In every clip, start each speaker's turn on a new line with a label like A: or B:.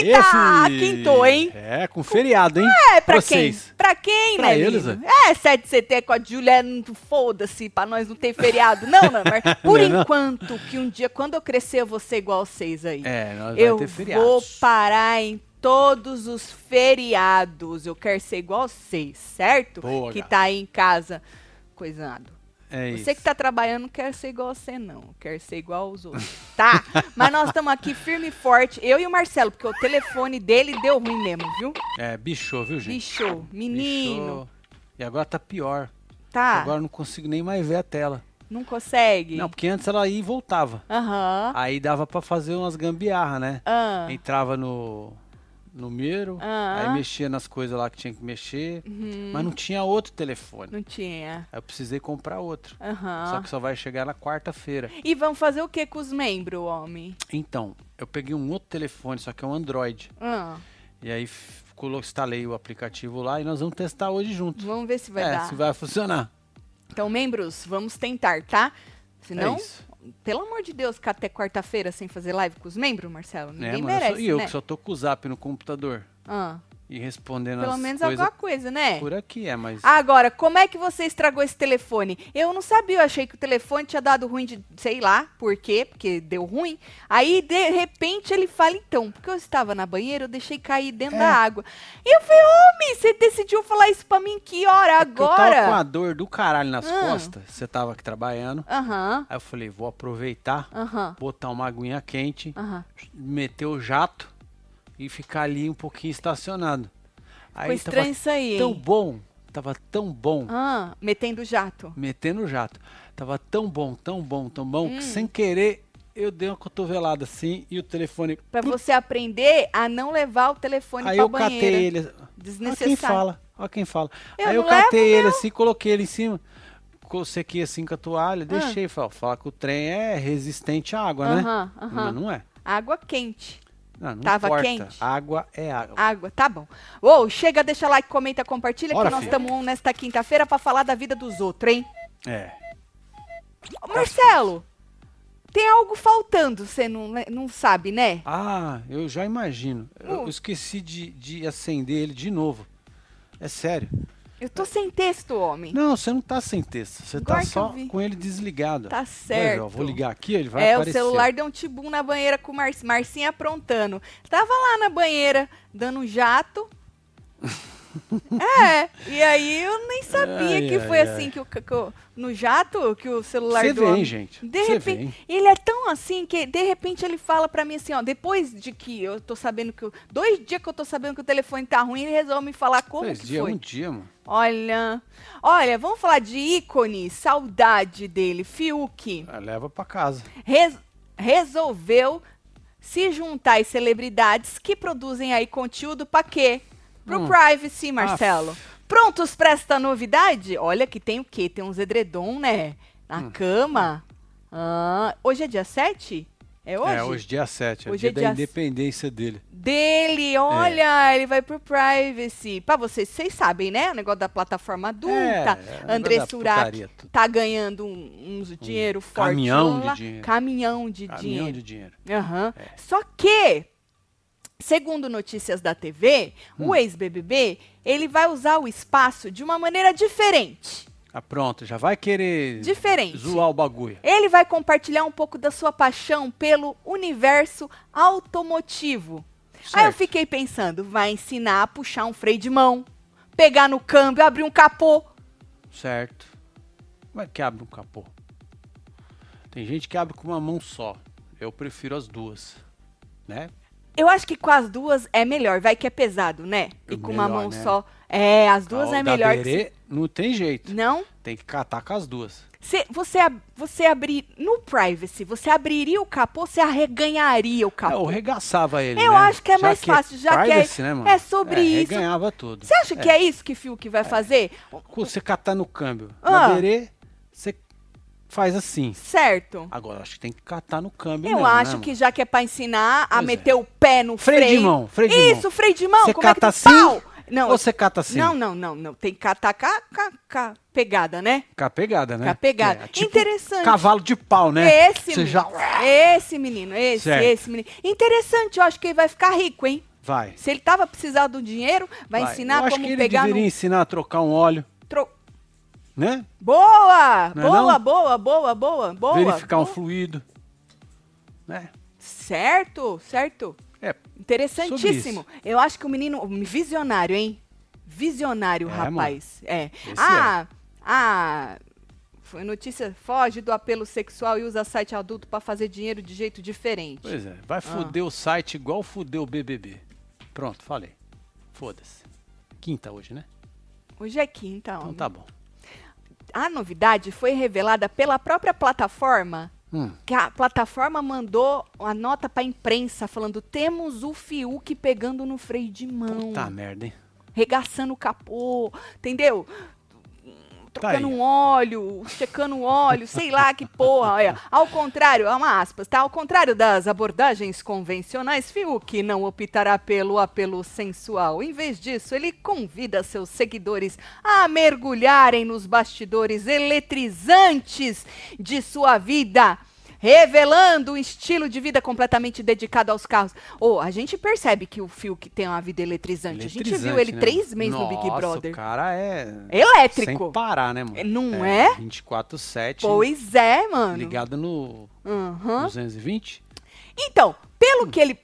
A: preço. e-
B: quintou, hein?
A: É, com feriado, hein?
B: É, pra quem?
A: vocês.
B: Pra quem,
A: Pra
B: né,
A: eles,
B: menino? É, 7 de setembro com a Júlia, é, não- foda-se, pra nós não ter feriado. Não, não, mas por
A: Não é não?
B: enquanto, que um dia, quando eu crescer, eu vou ser igual a vocês aí.
A: É, nós
B: eu
A: vai ter feriado.
B: vou parar em todos os feriados. Eu quero ser igual a vocês, certo?
A: Boa,
B: que
A: gata.
B: tá aí em casa, coisado.
A: É
B: Você que tá trabalhando não quer ser igual a você, não. Quer ser igual aos outros. Tá? Mas nós estamos aqui firme e forte. Eu e o Marcelo, porque o telefone dele deu ruim mesmo, viu?
A: É, bichou, viu, gente?
B: Bicho, menino.
A: Bichou. E agora tá pior.
B: Tá?
A: Agora eu não consigo nem mais ver a tela.
B: Não consegue?
A: Não, Ah, porque antes ela ia e voltava.
B: Aham.
A: Aí dava pra fazer umas gambiarra, né?
B: Ah.
A: Entrava no no Miro,
B: Ah. Uhum.
A: aí mexia nas coisas lá que tinha que mexer, mas não tinha outro telefone.
B: Não tinha.
A: Aí eu precisei comprar outro. Só
B: Aham.
A: que só vai chegar na quarta-feira.
B: E vamos fazer o que com os membros, homem?
A: Então, eu peguei um outro telefone, só que é um Android.
B: Ah,
A: E aí f- colo- instalei o aplicativo lá e nós vamos testar hoje junto.
B: vamos ver se vai
A: é,
B: dar.
A: se vai funcionar.
B: Então, membros, vamos tentar, tá?
A: É
B: Senão,
A: isso.
B: pelo amor de Deus, ficar até quarta-feira sem fazer live com os membros, Marcelo?
A: Né,
B: Ninguém
A: mano? Eu só-
B: merece,
A: e eu
B: né?
A: que só tô com o zap no computador
B: Ah,
A: e respondendo
B: pelo
A: as
B: menos
A: coisas
B: alguma coisa, né?
A: por aqui, é, mas
B: Agora, como é que você estragou esse telefone? Eu não sabia, eu achei que o telefone tinha dado ruim de, sei lá, por quê, porque deu ruim. Aí, de repente, ele fala, então, porque eu estava na banheira, eu deixei cair dentro
A: É.
B: da água. E eu falei, homem, você decidiu falar isso pra mim que hora,
A: É Porque Eu tava com
B: agora?
A: a dor do caralho nas
B: Ah.
A: costas. Você tava aqui trabalhando.
B: Aham,
A: Aí eu falei, vou aproveitar,
B: aham,
A: botar uma aguinha quente,
B: aham.
A: meter o jato e ficar ali um pouquinho estacionado.
B: Ficou
A: Aí tava
B: estranho isso aí,
A: tão
B: hein?
A: bom, tava tão bom,
B: Ah, metendo o jato.
A: metendo o jato. Tava tão bom, tão bom, tão bom,
B: Hum.
A: que sem querer eu dei uma cotovelada assim e o telefone.
B: Pra você aprender a não levar o telefone
A: Hum. Aí
B: pra
A: eu
B: banheira.
A: catei ele. Olha quem
B: Desnecessário.
A: fala, olha quem fala.
B: Eu
A: Aí eu
B: não levo
A: catei ele assim, coloquei ele em cima, co- sequei assim com a
B: Ah.
A: toalha, deixei. Fala, fala que o trem é resistente à água, né?
B: Aham, aham.
A: Mas não é. Ah,
B: Água quente.
A: Não, não
B: Tava
A: importa.
B: quente?
A: Água é água.
B: Água, tá bom. Ou chega, deixa like, comenta, compartilha,
A: Bora,
B: que nós
A: filha.
B: estamos on nesta quinta-feira pra falar da vida dos outros, hein?
A: É. Tá
B: Ô, Marcelo, tem algo faltando, você não, le- não sabe, né?
A: Ah, eu já imagino. Eu,
B: Hum.
A: eu esqueci de, de acender ele de novo. É sério.
B: Eu tô sem texto, homem.
A: Não, você não tá sem texto. Você tá
B: Agora que eu
A: só
B: vi.
A: com ele desligado.
B: Tá
A: Vai,
B: certo.
A: ó, vou ligar aqui, ele vai
B: é,
A: aparecer.
B: o celular deu um tibum na banheira com o Mar Marcinha aprontando. Tava lá na banheira, dando um jato. é, e aí eu nem sabia
A: Ai,
B: que
A: ai,
B: foi
A: ai.
B: assim que, o, que o- no jato que o celular
A: Você
B: do
A: vem,
B: homem-
A: gente.
B: De
A: Você
B: repente,
A: vem.
B: ele é tão assim que de repente ele fala pra mim assim, ó, depois de que eu tô sabendo que eu, dois dias que eu tô sabendo que o telefone tá ruim, ele resolve me falar como
A: Dois
B: que
A: dias,
B: foi.
A: um dia, mano.
B: Olha, olha, vamos falar de ícone, saudade dele, Fiuk.
A: Ah, Leva pra casa.
B: Res- resolveu se juntar às celebridades que produzem aí conteúdo pra quê? Pro
A: Hum.
B: privacy, Marcelo. Prontos pra esta novidade? Olha que tem o quê? Tem uns edredom, né? Na cama. Ah, hoje é dia 7? É hoje?
A: É, hoje dia 7, é
B: Hoje
A: dia
B: é
A: da
B: dia-
A: independência dele.
B: Dele,
A: É.
B: olha, ele vai pro privacy. Pra vocês, vocês sabem, né? O negócio da plataforma adulta.
A: é,
B: André
A: da
B: Surak
A: putaria, tudo.
B: tá ganhando um, uns dinheiro forte.
A: caminhão de
B: lá.
A: dinheiro.
B: Caminhão de dinheiro.
A: Caminhão Tá, de dinheiro.
B: Aham.
A: É.
B: Só que, segundo notícias da TV,
A: Hum.
B: o ex-BBB, ele vai usar o espaço de uma maneira diferente.
A: Ah, pronto, já vai querer
B: Diferente.
A: zoar o bagulho.
B: Ele vai compartilhar um pouco da sua paixão pelo universo automotivo. Aí eu
A: Certo.
B: fiquei pensando, vai ensinar a puxar um freio de mão, pegar no câmbio, abrir um capô.
A: Certo. Como é que abre um capô? Tem gente que abre com uma mão só. Eu prefiro as duas. Né?
B: Eu acho que com as duas é melhor, vai que é pesado, né? E
A: É
B: com uma
A: melhor,
B: mão
A: né?
B: só. É, as duas
A: A
B: é
A: da
B: melhor. que se-
A: Berê, Não tem jeito.
B: Não?
A: Tem que catar com as duas.
B: Cê- você, ab- você abrir no privacy, você abriria o capô, você arreganharia o
A: É, Eu
B: capô.
A: regaçava ele.
B: Eu
A: né?
B: acho que é mais fácil, já que é-
A: privacy, né, mano?
B: é sobre isso.
A: Ganhava tudo.
B: Você acha que é isso que Fiuk vai fazer?
A: Você catar no câmbio.
B: Ah.
A: Na berê, você faz assim.
B: Certo.
A: Agora, acho que tem que catar no câmbio.
B: Eu
A: mesmo, né,
B: acho
A: mano?
B: que já que é pra ensinar a
A: Pois é.
B: meter o pé no freio.
A: Freio de mão, freio de mão.
B: Isso, freio de mão.
A: Você
B: como é que
A: cata
B: tu-
A: assim?
B: Pau! Não,
A: Ou você cata assim?
B: não, não, não, não. Tem que catar ca, ca, ca- pegada, né?
A: Com a pegada, né?
B: Com a pegada.
A: É, tipo
B: Interessante.
A: Cavalo de pau, né?
B: Esse,
A: Você
B: menino.
A: já.
B: Esse menino, esse,
A: Certo.
B: esse menino. Interessante, eu acho que ele vai ficar rico, hein?
A: Vai.
B: Se ele tava precisando do dinheiro, vai, ensinar
A: Eu acho
B: como
A: que ele
B: pegar
A: deveria
B: no.
A: ensinar a trocar um óleo,
B: tro-
A: né?
B: Boa!
A: Não é
B: boa,
A: não?
B: boa, boa, boa, boa.
A: Verificar um
B: boa.
A: fluido, né?
B: Certo, certo.
A: É,
B: Interessantíssimo. Eu acho que o menino. um Visionário, hein? Visionário,
A: É,
B: rapaz. É.
A: Esse
B: ah, ah. foi Notícia foge do apelo sexual e usa site adulto pra fazer dinheiro de jeito diferente.
A: pois é.
B: Ah.
A: Vai foder o site igual fudeu o BBB. Pronto, falei. Foda-se. Quinta hoje, né?
B: Hoje é quinta,
A: Então
B: homem.
A: tá bom.
B: A novidade foi revelada pela própria plataforma.
A: Hum.
B: Que a plataforma mandou a nota pra imprensa falando: temos o Fiuk pegando no freio de mão.
A: Puta tá merda, hein?
B: regaçando o capô, entendeu? Trocando
A: Tá aí.
B: um óleo, checando um óleo, sei lá que porra. Olha. Ao contrário, é uma aspas, tá? Ao contrário das abordagens convencionais, Fiuk não optará pelo apelo sensual. Em vez disso, ele convida seus seguidores a mergulharem nos bastidores eletrizantes de sua vida revelando um estilo de vida completamente dedicado aos carros. Ô, a gente percebe que o Fiuk tem uma vida eletrizante. a gente viu
A: Eletrizante,
B: ele
A: né,
B: três
A: mano?
B: meses no Big
A: Nossa,
B: Brother.
A: O cara é. Sem
B: Elétrico.
A: parar, né, mano?
B: É, não é?
A: 24-7.
B: Pois é, mano.
A: Ligado no
B: Aham.
A: 220.
B: Então, pelo que ele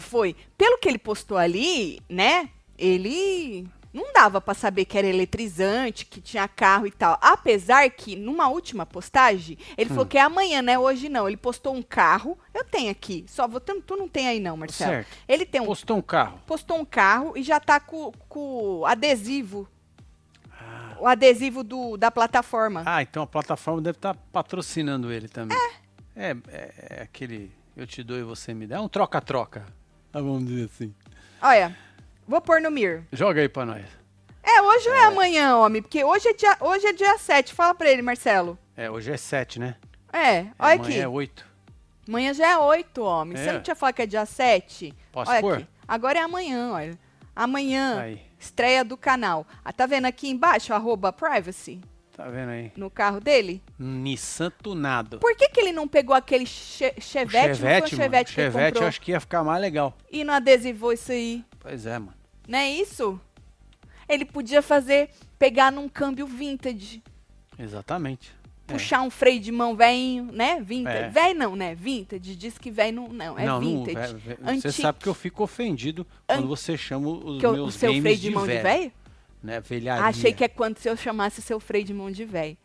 B: foi, pelo que ele postou ali, né? Ele não dava pra saber que era eletrizante, que tinha carro e tal. Apesar que numa última postagem, ele
A: Hum.
B: falou que é amanhã, né? Hoje não. Ele postou um carro. Eu tenho aqui. Só vou tu, tu não tem aí não, Marcelo.
A: Certo.
B: Ele tem um
A: Postou um carro.
B: postou um carro e já tá com o adesivo.
A: Ah.
B: O adesivo do, da plataforma.
A: Ah, então a plataforma deve estar patrocinando ele também. É. É, é aquele eu te dou e você me dá. É um troca-troca. Ah, Vamos dizer assim.
B: Olha, vou pôr no Mir.
A: Joga aí pra nós.
B: É, hoje ou é amanhã, homem? Porque hoje é dia, hoje é dia 7. Fala pra ele, Marcelo.
A: É, hoje é 7, né?
B: É,
A: É,
B: olha
A: amanhã
B: aqui.
A: é 8.
B: Amanhã já é 8, homem. Você
A: É.
B: não tinha falado que é dia 7?
A: Posso
B: olha
A: pôr?
B: aqui. Agora é amanhã, olha. Amanhã,
A: Aí.
B: estreia do canal. Ah, tá vendo aqui embaixo, arroba privacy,
A: Tá vendo aí?
B: no carro dele?
A: Nissan Tunado.
B: Por que, que ele não pegou aquele che
A: O
B: chevette? Não foi um
A: mano,
B: chevette que ele
A: Chevette eu
B: comprou?
A: acho que ia ficar mais legal.
B: e não adesivou isso aí.
A: Pois é, mano.
B: Não é isso? Ele podia fazer, pegar num câmbio vintage,
A: Exatamente. É.
B: puxar um freio de mão velhinho, né? Vintage.
A: É.
B: Véi não, né? Vintage. Diz que véi não, não. É
A: não, não,
B: vintage.
A: vé- vé- você
B: Antique.
A: sabe que eu fico ofendido quando você chama os
B: Que eu- o
A: meus
B: seu
A: games
B: freio de mão de velho?
A: Né? Velharia.
B: Achei que é quando se eu chamasse seu freio de mão de velho.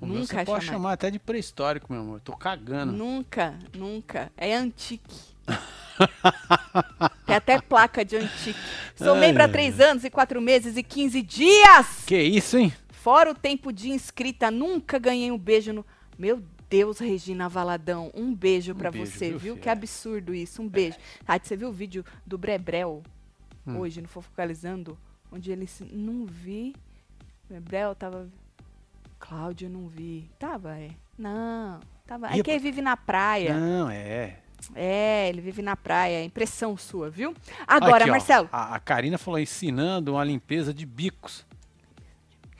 A: O meu
B: Nunca
A: você pode
B: chamar.
A: chamar até de pré-histórico, meu amor. Eu Tô cagando.
B: Nunca, nunca. É antique. Tem até placa de antique. Sou
A: Ai,
B: membro há
A: ai,
B: três anos e quatro meses e 15 dias!
A: Que isso, hein?
B: Fora o tempo de inscrita, nunca ganhei um beijo no. Meu Deus, Regina Valadão, um beijo pra
A: beijo,
B: você,
A: viu,
B: viu? Que
A: filha? É.
B: absurdo isso, um beijo. Ah, você viu o vídeo do Brebrel
A: Hum.
B: hoje no Fofocalizando? Onde ele se... não vi. Brebrel tava. Cláudio, não vi. Tava, é. Não, tava. É
A: Ih,
B: que ele vive na praia.
A: Não, é.
B: É, ele vive na praia. Impressão sua, viu? Agora,
A: Aqui, ó,
B: Marcelo,
A: a, a Karina falou ensinando uma limpeza de bicos.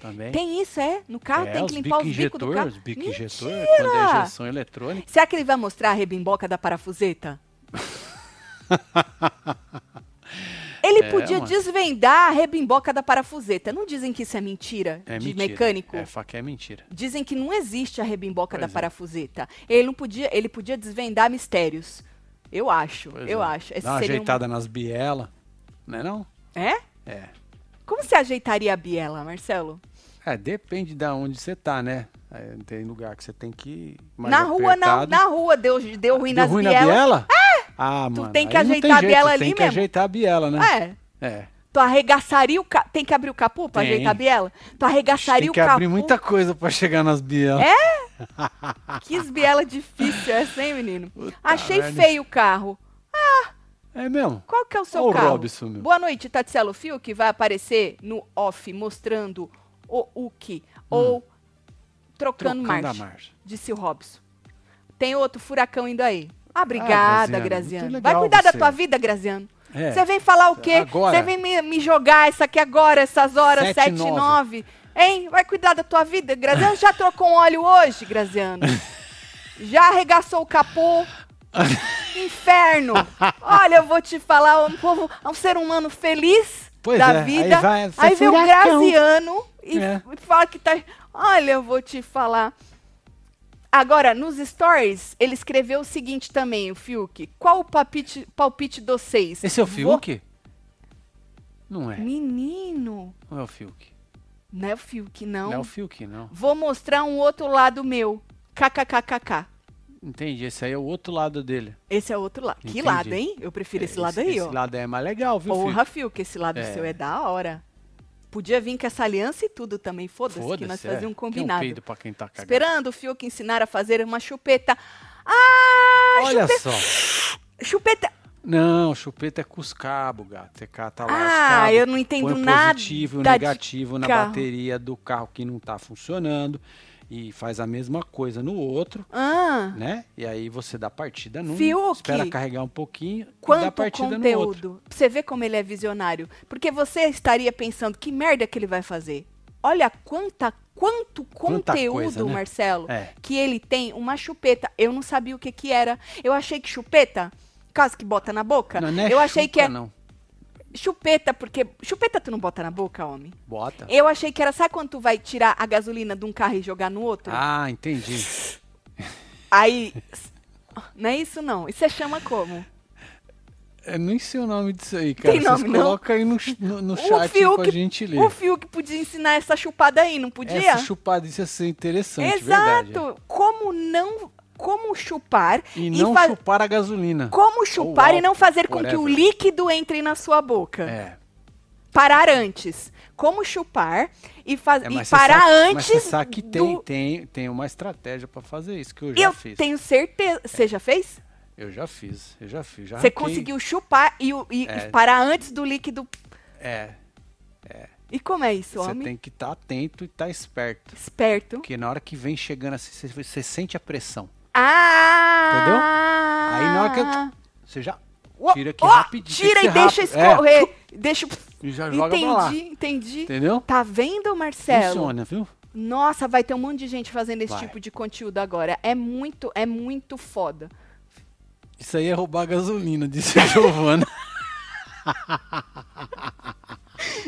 A: Também.
B: tem isso, é? No carro
A: é,
B: tem que limpar os
A: bico
B: bicos do
A: injetor,
B: carro.
A: Os bico
B: Mentira!
A: injetor, quando é injeção eletrônica.
B: Será que ele vai mostrar a rebimboca da parafuseta? Ele
A: É,
B: podia
A: mano.
B: desvendar a rebimboca da parafuseta. Não dizem que isso é mentira
A: É
B: de
A: mentira.
B: mecânico?
A: É, faca é mentira.
B: Dizem que não existe a rebimboca da
A: Pois é.
B: parafuseta. Ele não podia, ele podia desvendar mistérios. Eu acho,
A: Pois
B: eu
A: é.
B: acho. Esse
A: Dá uma
B: seria um-
A: ajeitada nas bielas. Não é não?
B: É?
A: É.
B: Como você ajeitaria a biela, Marcelo?
A: É, depende de onde você tá, né? É, Tem lugar que você tem que ir mais
B: na rua não,
A: apertado.
B: na rua deu, deu ruim
A: Deu
B: nas
A: ruim
B: bielas.
A: na biela? É! Ah,
B: Tu
A: mano,
B: tem que
A: aí não
B: ajeitar a
A: jeito,
B: biela
A: tu
B: ali
A: Tem que
B: mesmo.
A: ajeitar a biela, né?
B: É.
A: É.
B: Tu arregaçaria o ca... Tem que abrir o capô pra
A: Tem.
B: ajeitar a biela? Tu arregaçaria
A: Tem
B: o
A: que
B: capô?
A: abrir muita coisa pra chegar nas bielas. É?
B: Que esbiela difícil é essa, hein, menino?
A: Puta
B: Achei
A: merda.
B: feio o carro.
A: É mesmo?
B: Qual que é o seu
A: Olha o
B: carro?
A: Robson, meu.
B: Boa noite, Tatselo Fio, que vai aparecer no off mostrando o Uki ou trocando,
A: Hum. Trocando
B: marcha,
A: a marcha.
B: disse o Robson. Tem outro furacão indo aí. Obrigada,
A: Ah, Graziano,
B: Graziano.
A: muito
B: Vai
A: legal
B: cuidar da
A: você.
B: tua vida, Graziano.
A: É.
B: Você vem falar o quê?
A: Agora.
B: Você vem me, me jogar isso aqui agora, essas horas,
A: Sete,
B: 7 e 9. Hein? Vai cuidar da tua vida. Graziano já trocou um óleo hoje, Graziano. já arregaçou o capô. Inferno! Olha, eu vou te falar, um povo, um ser humano feliz
A: Pois
B: da
A: é, aí
B: vida.
A: vai-
B: aí vem um
A: furacão.
B: Graziano e
A: É.
B: f- fala que tá. Olha, eu vou te falar. Agora, nos stories, ele escreveu o seguinte também, o Fiuk. Qual o palpite, palpite de vocês?
A: Esse é o
B: Vou-
A: Fiuk? Não é.
B: Menino!
A: Não é o Fiuk.
B: Não é o Fiuk, não.
A: Não é o Fiuk, não.
B: Vou mostrar um outro lado meu. KKKKK.
A: Entendi. Esse aí é o outro lado dele.
B: Esse é outro lado. Que
A: Entendi.
B: lado, hein? Eu prefiro esse, lado aí,
A: esse
B: ó.
A: lado aí é mais legal, viu,
B: Porra, Fiuk, que esse lado
A: É.
B: seu é da hora. Podia vir com essa aliança e tudo também, foda-se,
A: Fiuk?
B: que nós
A: Foda-se, é.
B: fazíamos um
A: Que Um
B: combinado.
A: peido pra quem tá cagando.
B: Esperando o Fiuk ensinar a fazer uma chupeta. Ah,
A: Olha
B: chupe-
A: só.
B: chupeta.
A: Não, chupeta é com os cabos, gato. Você cata lá os
B: Ah,
A: cabos,
B: eu não entendo
A: põe o
B: nada
A: positivo e o
B: de
A: negativo na
B: carro.
A: bateria do carro que não tá funcionando e faz a mesma coisa no outro,
B: Ah,
A: né? E aí você dá partida num,
B: Fiuk.
A: espera carregar um pouquinho e dá
B: quanto
A: partida no outro.
B: conteúdo. Pra Você vê como ele é visionário. Porque você estaria pensando, que merda que ele vai fazer? Olha quanta, quanto
A: Quanta
B: conteúdo,
A: coisa, né?
B: Marcelo.
A: É.
B: que ele tem uma chupeta. Eu não sabia o que que era. Eu achei que chupeta, caso que bota na boca.
A: Não, não é
B: eu achei
A: chupa,
B: que é
A: não.
B: chupeta, porque chupeta tu não bota na boca, homem.
A: Bota.
B: Eu achei que era, sabe quando tu vai tirar a gasolina de um carro e jogar no outro?
A: Ah, entendi.
B: Aí não é isso não. Isso você chama como?
A: Eu É, nem sei o nome disso aí, cara.
B: Tem
A: Vocês
B: nome, não?
A: colocam aí no, ch- no, no
B: O
A: chat aí
B: Fiuk-
A: pra gente ler.
B: O Fiuk podia ensinar essa chupada aí, não podia?
A: Essa chupada isso ia ser interessante,
B: Exato.
A: verdade.
B: Como não como chupar
A: E, não
B: fa-
A: chupar a gasolina.
B: como chupar e
A: álcool,
B: não fazer com que o
A: whatever.
B: líquido entre na sua boca?
A: É.
B: parar antes. Como chupar e, faz...
A: É,
B: e
A: você
B: parar
A: sabe- Mas
B: antes.
A: você sabe que tem,
B: do-
A: tem, tem uma estratégia pra fazer isso, que eu já
B: Eu
A: fiz.
B: tenho certeza. Você já fez?
A: Eu já fiz, eu já fiz. Já
B: Você
A: arranquei-
B: conseguiu chupar e, o- e- e
A: É.
B: parar antes do líquido.
A: É,
B: E como é isso,
A: você
B: homem?
A: tem que estar atento e estar esperto.
B: Esperto.
A: Porque na hora que vem chegando assim, você, você sente a pressão.
B: Ah!
A: Aí na hora que eu- Você já
B: Uou,
A: tira aqui
B: ó,
A: rapidinho. tem
B: Tira
A: que
B: e
A: ser
B: deixa
A: rápido. É,
B: escorrer. Deixa.
A: e já joga pra lá.
B: Entendi, entendi.
A: Entendeu?
B: Tá vendo, Marcelo?
A: Funciona, viu?
B: Nossa, vai ter um monte de gente fazendo esse
A: Vai.
B: tipo de conteúdo agora. É muito, é muito foda.
A: Isso aí é roubar gasolina, disse a Giovana.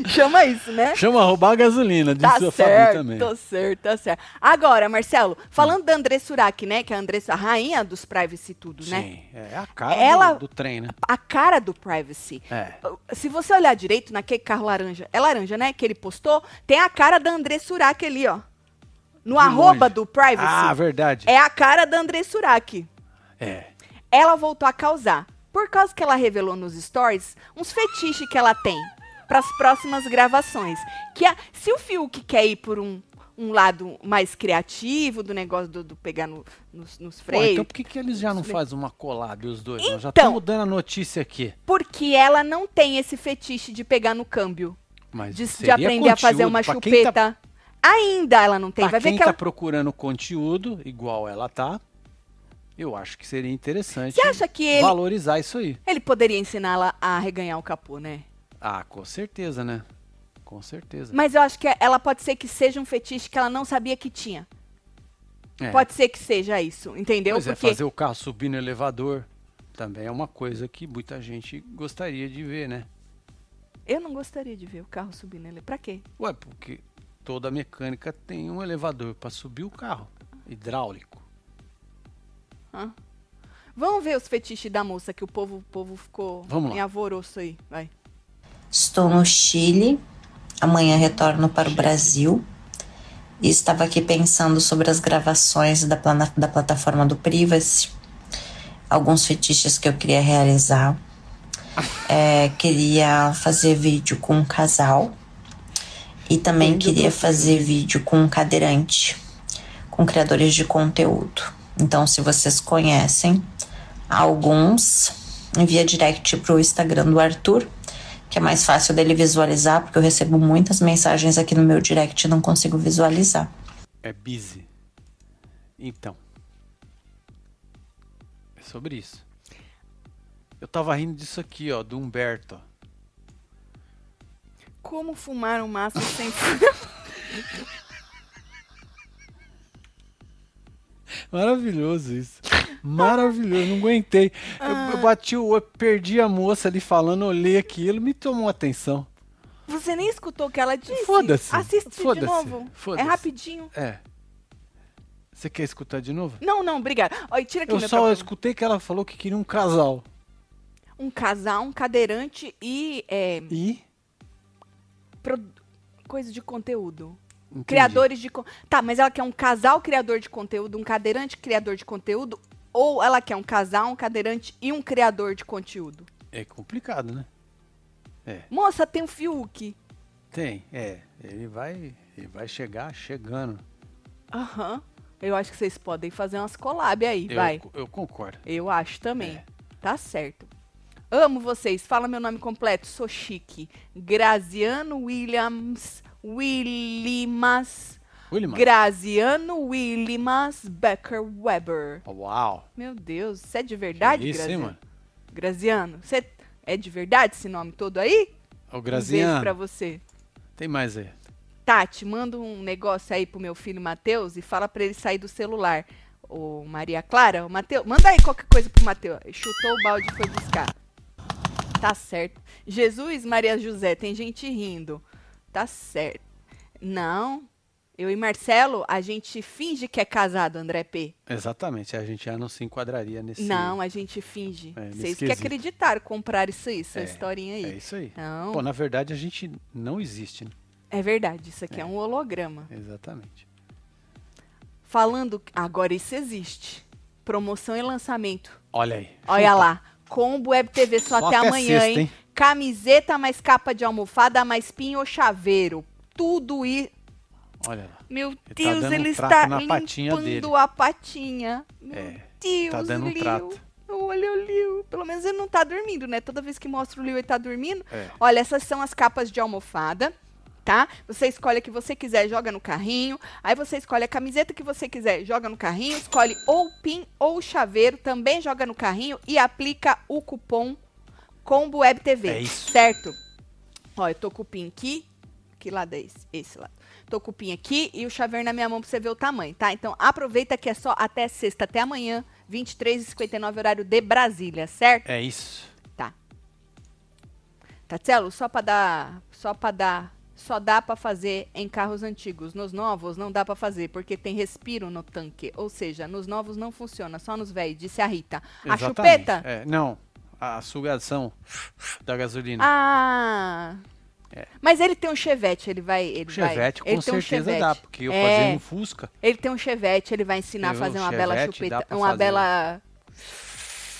B: Chama isso, né?
A: Chama roubar gasolina, disse
B: Tá
A: a Fabi também.
B: certo, tá certo, tá certo. Agora, Marcelo, falando da Andressa Surak, né? Que é a Andressa, a rainha dos privacy e tudo, né?
A: Sim, é a cara
B: Ela-
A: do, do trem, né?
B: A cara do privacy.
A: É.
B: Se você olhar direito naquele carro laranja, é laranja, né? Que ele postou, tem a cara da Andressa Surak ali, ó. No
A: De
B: arroba
A: longe.
B: do privacy.
A: Ah, verdade.
B: é a cara da Andressa Surak.
A: É.
B: Ela voltou a causar, por causa que ela revelou nos stories, uns fetiches que ela tem para as próximas gravações. Que a- se o Fiuk quer ir por um, um lado mais criativo do negócio do, do pegar no- nos, nos
A: Pô,
B: freios,
A: então por que, que eles já não
B: Freio.
A: fazem uma collab, os dois? Nós
B: Então.
A: já estamos dando a notícia aqui.
B: porque ela não tem esse fetiche de pegar no câmbio,
A: Mas
B: de, de
A: seria
B: aprender a fazer
A: conteúdo
B: uma
A: pra quem
B: chupeta.
A: Tá,
B: Ainda ela não tem.
A: pra
B: Vai ver
A: quem
B: que é um
A: tá
B: ela.
A: procurando conteúdo, igual ela tá, eu acho que seria interessante
B: Você acha que ele,
A: valorizar isso aí.
B: ele poderia ensiná-la a reganhar o capô, né?
A: Ah, com certeza, né? Com certeza.
B: Mas eu acho que ela pode ser que seja um fetiche que ela não sabia que tinha.
A: É.
B: Pode ser que seja isso, entendeu?
A: Pois é,
B: Porque
A: fazer o carro subir no elevador também é uma coisa que muita gente gostaria de ver, né?
B: eu não gostaria de ver o carro subir nele. Pra quê?
A: Ué, porque toda mecânica tem um elevador pra subir o carro. Hidráulico.
B: Vamos ver os fetiches da moça que o povo, o povo ficou
A: Vamos lá.
B: em alvoroço aí. Vai.
C: Estou no Chile, amanhã retorno para o Brasil. E estava aqui pensando sobre as gravações da, plana- da plataforma do Privacy, alguns fetiches que eu queria realizar. É, queria fazer vídeo com um casal e também queria fazer vídeo com um cadeirante, com criadores de conteúdo. Então, se vocês conhecem alguns, envia direct pro Instagram do Arthur, que é mais fácil dele visualizar, porque eu recebo muitas mensagens aqui no meu direct e não consigo visualizar.
A: É busy. Então. É sobre isso. Eu tava rindo disso aqui, ó, do Humberto. ó.
B: Como fumar um maço sem
A: Maravilhoso isso. Maravilhoso, não aguentei. Eu, eu bati o olho, perdi a moça ali falando, olhei aquilo, me tomou atenção.
B: Você nem escutou o que ela disse?
A: Foda-se.
B: Assiste de
A: Foda-se.
B: novo. É
A: Foda-se.
B: rapidinho.
A: É. Você quer escutar de novo?
B: Não, não, obrigada. Olha, tira aqui
A: Eu
B: meu
A: só
B: papel.
A: escutei que ela falou que queria um casal.
B: Um casal, um cadeirante e é,
A: E.
B: pro- coisa de conteúdo.
A: Entendi.
B: Criadores de. con- Tá, mas ela quer um casal criador de conteúdo, um cadeirante criador de conteúdo, ou ela quer um casal, um cadeirante e um criador de conteúdo?
A: É complicado, né?
B: Moça, tem o Fiuk.
A: Tem, é. Ele vai. Ele vai chegar chegando.
B: Aham. Eu acho que vocês podem fazer umas collab aí,
A: Eu,
B: vai.
A: eu concordo.
B: Eu acho também. Tá certo. Amo vocês. Fala meu nome completo. Sou chique. Graziano Williams. Willimas.
A: William.
B: Graziano Willimas Becker Weber.
A: Uau.
B: Meu Deus, você é de
A: Que
B: verdade,
A: isso, hein,
B: Graziano?
A: mano?
B: Graziano, você é de verdade esse nome todo aí?
A: Ô,
B: Um beijo pra
A: Graziano.
B: você.
A: Tem mais aí.
B: Tati, manda um negócio aí pro meu filho Matheus e fala pra ele sair do celular. Ô, Maria Clara, ô, Matheus, manda aí qualquer coisa pro Matheus. Chutou o balde e foi buscar. Tá certo. Jesus, Maria José, tem gente rindo. Tá certo. Não. Eu e Marcelo, a gente finge que é casado, André P.
A: Exatamente. A gente já não se enquadraria nesse.
B: Não, a gente finge.
A: É, nesse
B: Vocês que
A: quesito.
B: acreditaram, comprar isso aí, essa
A: É,
B: historinha aí.
A: É isso aí.
B: Não,
A: Bom, na verdade a gente não existe, né?
B: é verdade. Isso aqui é um holograma.
A: Exatamente.
B: Falando. Agora isso existe. Promoção e lançamento.
A: Olha aí.
B: Olha lá. Combo Web TV só,
A: Só
B: até
A: até
B: amanhã,
A: sexta,
B: hein?
A: hein?
B: Camiseta mais capa de almofada mais pinho ou chaveiro. Tudo isso.
A: Olha lá.
B: Meu
A: tá
B: Deus,
A: dando
B: ele
A: um
B: está
A: trato na patinha
B: limpando
A: dele.
B: a patinha. Meu
A: É,
B: Deus,
A: tá dando um
B: Liu.
A: trato.
B: Olha o Liu. Pelo menos ele não tá dormindo, né? Toda vez que mostra o Liu, ele tá dormindo.
A: É.
B: Olha, essas são as capas de almofada, tá? Você escolhe a que você quiser, joga no carrinho. Aí você escolhe a camiseta que você quiser, joga no carrinho. Escolhe ou pin ou chaveiro, também joga no carrinho e aplica o cupom Combo Web TV.
A: É isso.
B: Certo? Ó, eu tô com o pin aqui. Que lado é esse? Esse lado. Tô com o pin aqui e o chaveiro na minha mão pra você ver o tamanho, tá? Então aproveita que é só até sexta, até amanhã, 23h59, horário de Brasília, certo?
A: É isso.
B: Tá. Tatielo, Tá, só pra dar. Só pra dar. Só dá pra fazer em carros antigos. Nos novos não dá pra fazer, porque tem respiro no tanque. Ou seja, nos novos não funciona, só nos velhos, disse a Rita. A
A: Exatamente.
B: chupeta?
A: É, não. A sugação da gasolina.
B: Ah! Mas ele tem um chevette, ele vai. Ele
A: o
B: vai-
A: É. Chevette
B: ele
A: com
B: tem um
A: certeza
B: Chevette.
A: dá, porque eu
B: É,
A: fazendo um Fusca,
B: Ele tem um chevette, ele vai ensinar a
A: Eu,
B: fazer uma
A: Chevette,
B: bela
A: dá
B: chupeta.
A: pra
B: Uma
A: fazer.
B: bela.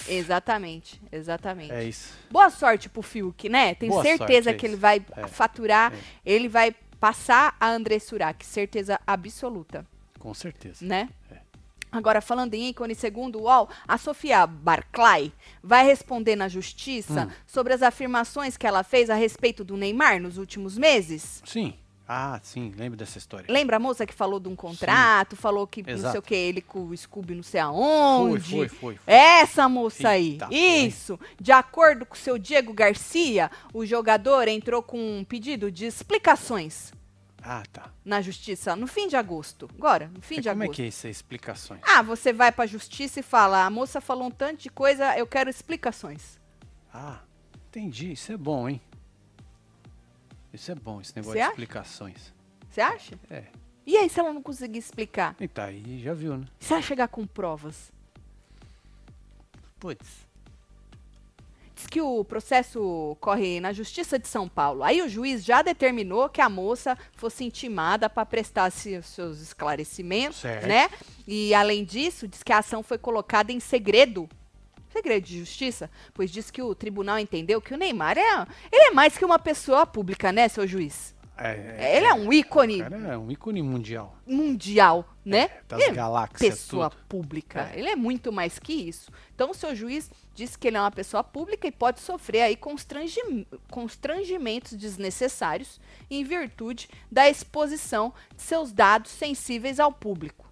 B: Exatamente, exatamente.
A: é isso.
B: Boa sorte pro Fiuk, né? Tenho
A: Boa
B: certeza
A: sorte, é
B: que ele
A: isso.
B: vai
A: É,
B: faturar,
A: é.
B: ele vai passar a André Surak, certeza absoluta,
A: Com certeza.
B: né? Agora, falando em ícone, segundo o UOL, a Sofia Barclay vai responder na justiça
A: Hum.
B: sobre as afirmações que ela fez a respeito do Neymar nos últimos meses.
A: Sim. Ah, sim, lembro dessa história.
B: Lembra a moça que falou de um contrato, falou que não sei
A: Exato.
B: o que, ele com o Scooby não sei
A: Foi,
B: aonde.
A: foi, foi,
B: É.
A: foi.
B: Essa moça aí.
A: Eita,
B: Isso. De acordo com o seu Diego Garcia, o jogador entrou com um pedido de explicações
A: Ah, tá.
B: na justiça no fim de agosto. Agora, no fim
A: E
B: de
A: como é
B: agosto.
A: que é isso? aí? Explicações.
B: Ah, você vai pra justiça e fala: a moça falou um tanto de coisa, eu quero explicações.
A: Ah, entendi. Isso é bom, hein? Isso é bom, esse negócio
B: Você
A: de
B: acha?
A: explicações.
B: Você acha?
A: É.
B: E aí, se ela não conseguir explicar?
A: E tá aí, já viu, né?
B: E se ela chegar com provas?
A: Putz.
B: Diz que o processo corre na Justiça de São Paulo. Aí o juiz já determinou que a moça fosse intimada para prestar se- seus esclarecimentos,
A: Certo.
B: né? E além disso, diz que a ação foi colocada em segredo. Segredo de justiça, pois diz que o tribunal entendeu que o Neymar é, ele é mais que uma pessoa pública, né, seu juiz?
A: É,
B: ele é um ícone
A: O cara é um ícone mundial
B: mundial, né?
A: das
B: Ele é
A: galáxias.
B: pessoa
A: tudo.
B: pública.
A: É.
B: Ele é muito mais que isso. Então, o seu juiz disse que ele é uma pessoa pública e pode sofrer aí constrangim- constrangimentos desnecessários em virtude da exposição de seus dados sensíveis ao público.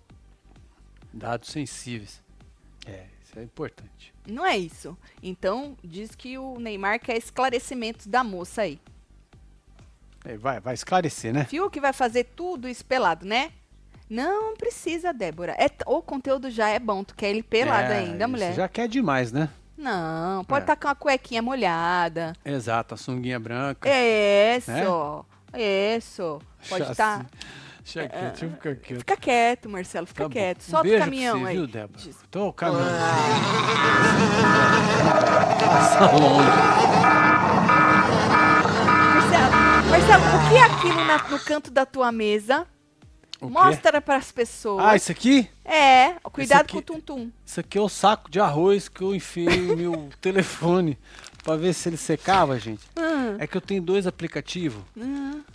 A: Dados sensíveis. É, isso é importante.
B: Não é isso. Então, diz que o Neymar quer esclarecimentos da moça aí.
A: É, vai, vai esclarecer, né?
B: Fiuk vai fazer tudo isso pelado, né? Não precisa, Débora. É, t- o conteúdo já é bom. Tu quer ele pelado
A: É,
B: ainda,
A: isso
B: mulher?
A: Já quer demais, né?
B: Não, pode
A: É.
B: tacar uma cuequinha molhada.
A: Exato, a sunguinha branca.
B: É Isso.
A: Né?
B: É Isso. Pode
A: Chassi-
B: estar.
A: assim. Deixa aqui, deixa eu ficar quieto.
B: Fica quieto, Marcelo. Fica
A: Tá bom.
B: quieto.
A: Um
B: Solta
A: beijo
B: o
A: pra
B: caminhão
A: você,
B: aí.
A: Viu, Débora?
B: Diz- Ah.
A: Tô o caminhão. Passa longe.
B: Marcelo, Marcelo, o que é aquilo na- no canto da tua mesa?
A: O quê?
B: Mostra para as pessoas.
A: Ah, isso aqui?
B: É, cuidado
A: aqui-
B: com o tum-tum.
A: Isso aqui é o saco de arroz que eu enfiei no meu telefone pra ver se ele secava, gente. É que eu tenho dois aplicativos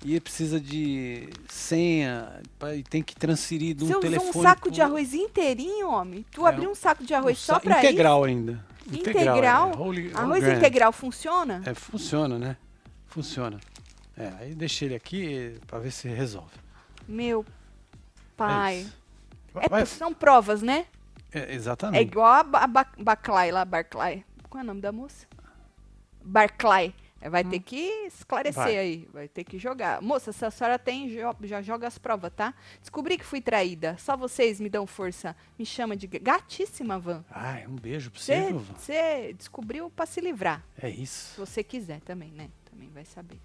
A: e precisa de senha pra- e tem que transferir de um
B: Você usou
A: telefone.
B: um saco de
A: pro-
B: arroz inteirinho, homem? Tu
A: É,
B: abriu um saco de arroz
A: um
B: só
A: sa-
B: pra
A: integral ainda.
B: isso?
A: Integral.
B: Integral?
A: é, holy- holy
B: arroz
A: grail.
B: integral funciona?
A: É, funciona, né? Funciona. É, aí deixei ele aqui eh, pra ver se resolve.
B: Meu
A: É
B: pai.
A: isso.
B: É,
A: Vai-
B: são provas, né?
A: é,
B: É
A: exatamente.
B: igual a, ba a Ba- Baclai lá, Barclay. Qual é o nome da moça? Barclay. É, Vai ter que esclarecer
A: Hum. Vai.
B: aí. Vai ter que jogar. Moça, se a senhora tem, jo- já joga as provas, tá? Descobri que fui traída. Só vocês me dão força. Me chama de g- gatíssima, Van.
A: Ai, um beijo pra você, viu, Vó?
B: Você descobriu pra se livrar.
A: É
B: Se
A: isso.
B: você quiser também, né? Também vai saber.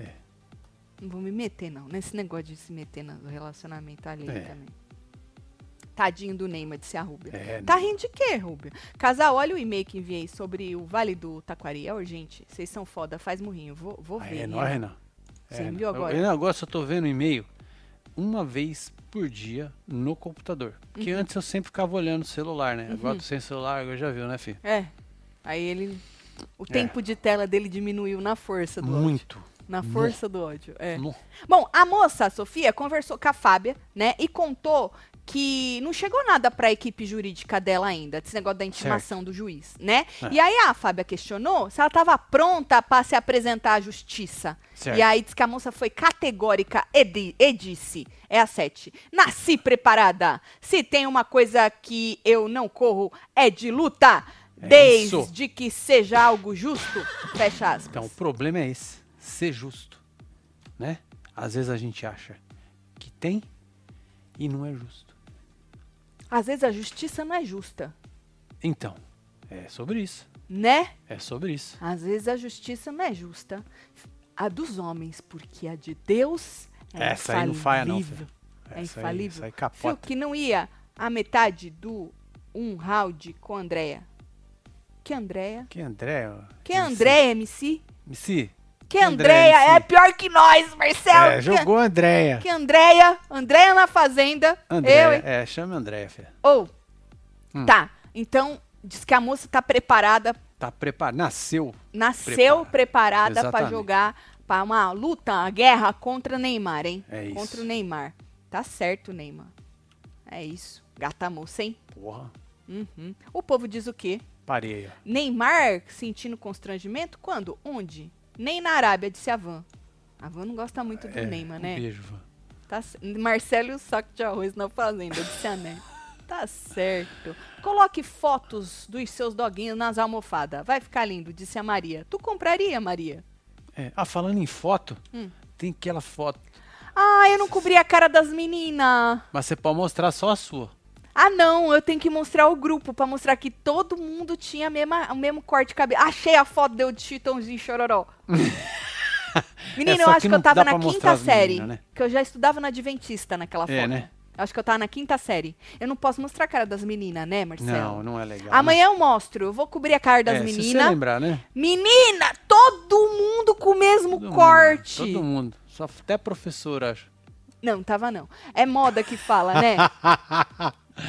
A: É.
B: Não vou me meter, não. Nesse negócio de se meter no relacionamento alheio
A: É.
B: também. Tadinho do Neymar de ser a Rubia.
A: É,
B: tá rindo de quê, Rubia? Casal, olha o e-mail que enviei sobre o Vale do Taquari. Ô, gente, vocês são foda, faz murrinho. Vou, vou
A: Ah,
B: ver.
A: é
B: né?
A: nóis, Renan.
B: Você
A: é,
B: viu
A: não.
B: agora?
A: Eu, Renan, agora só tô vendo e-mail uma vez por dia no computador. Porque
B: Uhum.
A: antes eu sempre ficava olhando o celular, né? Agora tô sem celular, agora já viu, né, filho?
B: É. Aí ele. O tempo de tela dele diminuiu na força do ódio.
A: É. Muito.
B: Na força do ódio. É.
A: No-
B: Bom, a moça, a Sofia, conversou com a Fábia, né? E contou que não chegou nada pra equipe jurídica dela ainda, desse negócio da intimação do juiz, né?
A: É.
B: E aí a Fábia questionou se ela tava pronta pra se apresentar à justiça.
A: Certo.
B: E aí diz que a moça foi categórica e, di- e disse, é a sete, nasci preparada. Se tem uma coisa que eu não corro, é de luta.
A: É
B: desde
A: isso.
B: que seja algo justo. Fecha aspas.
A: Então, o problema é esse. Ser justo. Né? Às vezes a gente acha que tem e não é justo.
B: Às vezes a justiça não é justa,
A: Então, é sobre isso.
B: né?
A: É sobre isso.
B: Às vezes a justiça não é justa. A dos homens, porque a de Deus é
A: Essa aí não falha, não,
B: infalível.
A: filho.
B: É
A: Essa aí-
B: infalível.
A: essa aí
B: Viu
A: capota.
B: que não ia a metade do um round com a Andréia. Que Andréia?
A: Que André? ó.
B: Que
A: MC.
B: Andréia MC?
A: MC?
B: Que
A: Andréia
B: Andréia é
A: MC.
B: pior que nós, Marcelo.
A: É,
B: que,
A: jogou Andréia.
B: que Andréia? Andréia na fazenda. Eu,
A: Andréia.
B: hein?
A: É, chama Andréia, filho.
B: Ou.
A: Hum.
B: Tá. Então, diz que a moça tá preparada
A: Tá preparado. Nasceu.
B: nasceu preparada pra
A: Exatamente.
B: jogar pra uma luta, uma guerra contra Neymar, hein?
A: É isso.
B: Contra o Neymar. Tá certo, Neymar. É isso. Gata moça, hein?
A: Porra.
B: Uhum. O povo diz o quê?
A: Parei aí, ó.
B: Neymar sentindo constrangimento? Quando? Onde? Nem na Arábia, disse a Van. A Van não gosta muito do
A: É,
B: Neymar,
A: um
B: né?
A: beijo, Vã.
B: Tá c- Marcelo e o saco de arroz na fazenda, disse a Né. Tá certo. Coloque fotos dos seus doguinhos nas almofadas. Vai ficar lindo, disse a Maria. Tu compraria, Maria?
A: É, Ah, falando em foto,
B: Hum.
A: tem aquela foto.
B: Ah, eu não cobri a cara das meninas.
A: Mas você pode mostrar só a sua.
B: Ah, não, eu tenho que mostrar o grupo pra mostrar que todo mundo tinha a mesma- o mesmo corte de cabelo. Achei a foto de eu de Chitãozinho e Chororó. Menino,
A: É,
B: eu
A: só
B: acho
A: que
B: que,
A: não
B: eu tava
A: dá
B: na
A: pra mostrar
B: quinta
A: as meninas,
B: série.
A: né?
B: Que eu já estudava na Adventista naquela
A: É,
B: foto.
A: né?
B: Eu acho que eu tava na quinta série. Eu não posso mostrar a cara das meninas, né, Marcelo?
A: Não, não é legal. né?
B: Amanhã eu mostro. Eu vou cobrir a cara das
A: É, Se você
B: meninas.
A: lembrar, né?
B: Menina, todo mundo com o mesmo
A: Todo mundo,
B: corte.
A: todo mundo. Só até professor, acho.
B: Não, tava não. É moda que fala, né?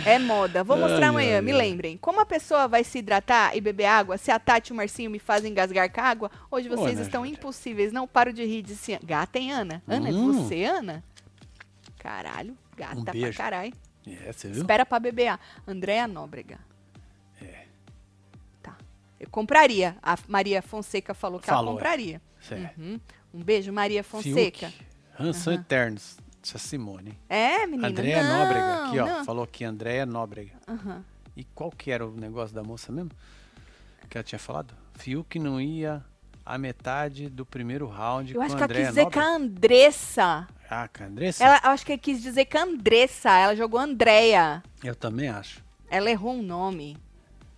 B: É moda. Vou mostrar
A: Ai,
B: amanhã,
A: ai,
B: me
A: ai.
B: lembrem. Como a pessoa vai se hidratar e beber água se a Tati e o Marcinho me fazem engasgar com a água? Hoje
A: Boa,
B: vocês
A: né,
B: estão
A: gente?
B: impossíveis. Não paro de rir. Disse... An- Gata, hein, Ana? Ana, é
A: Hum.
B: você, Ana? Caralho, gata
A: Um
B: pra
A: beijo,
B: caralho.
A: É, você viu?
B: Espera pra beber. a- Andréa Nóbrega. É. Tá. Eu compraria. A Maria Fonseca falou que ela
A: Falou, é.
B: compraria.
A: Isso é.
B: Uhum. Um beijo, Maria Fonseca.
A: Fiuk, Hanson Eternos. Isso é Simone. hein?
B: É, menina.
A: Andréia
B: não,
A: Nóbrega, aqui, ó.
B: não.
A: Falou aqui, Andréia Nóbrega.
B: Aham.
A: E qual que era o negócio da moça mesmo? Que ela tinha falado? Fiuk não ia a metade do primeiro round
B: Eu
A: com
B: acho que ela
A: Andréia
B: quis dizer que é a
A: é Nóbrega.
B: Andressa
A: Ah, com a Andressa?
B: Ela eu acho que quis dizer que Andressa, ela jogou Andréia.
A: Eu também acho.
B: Ela errou um nome,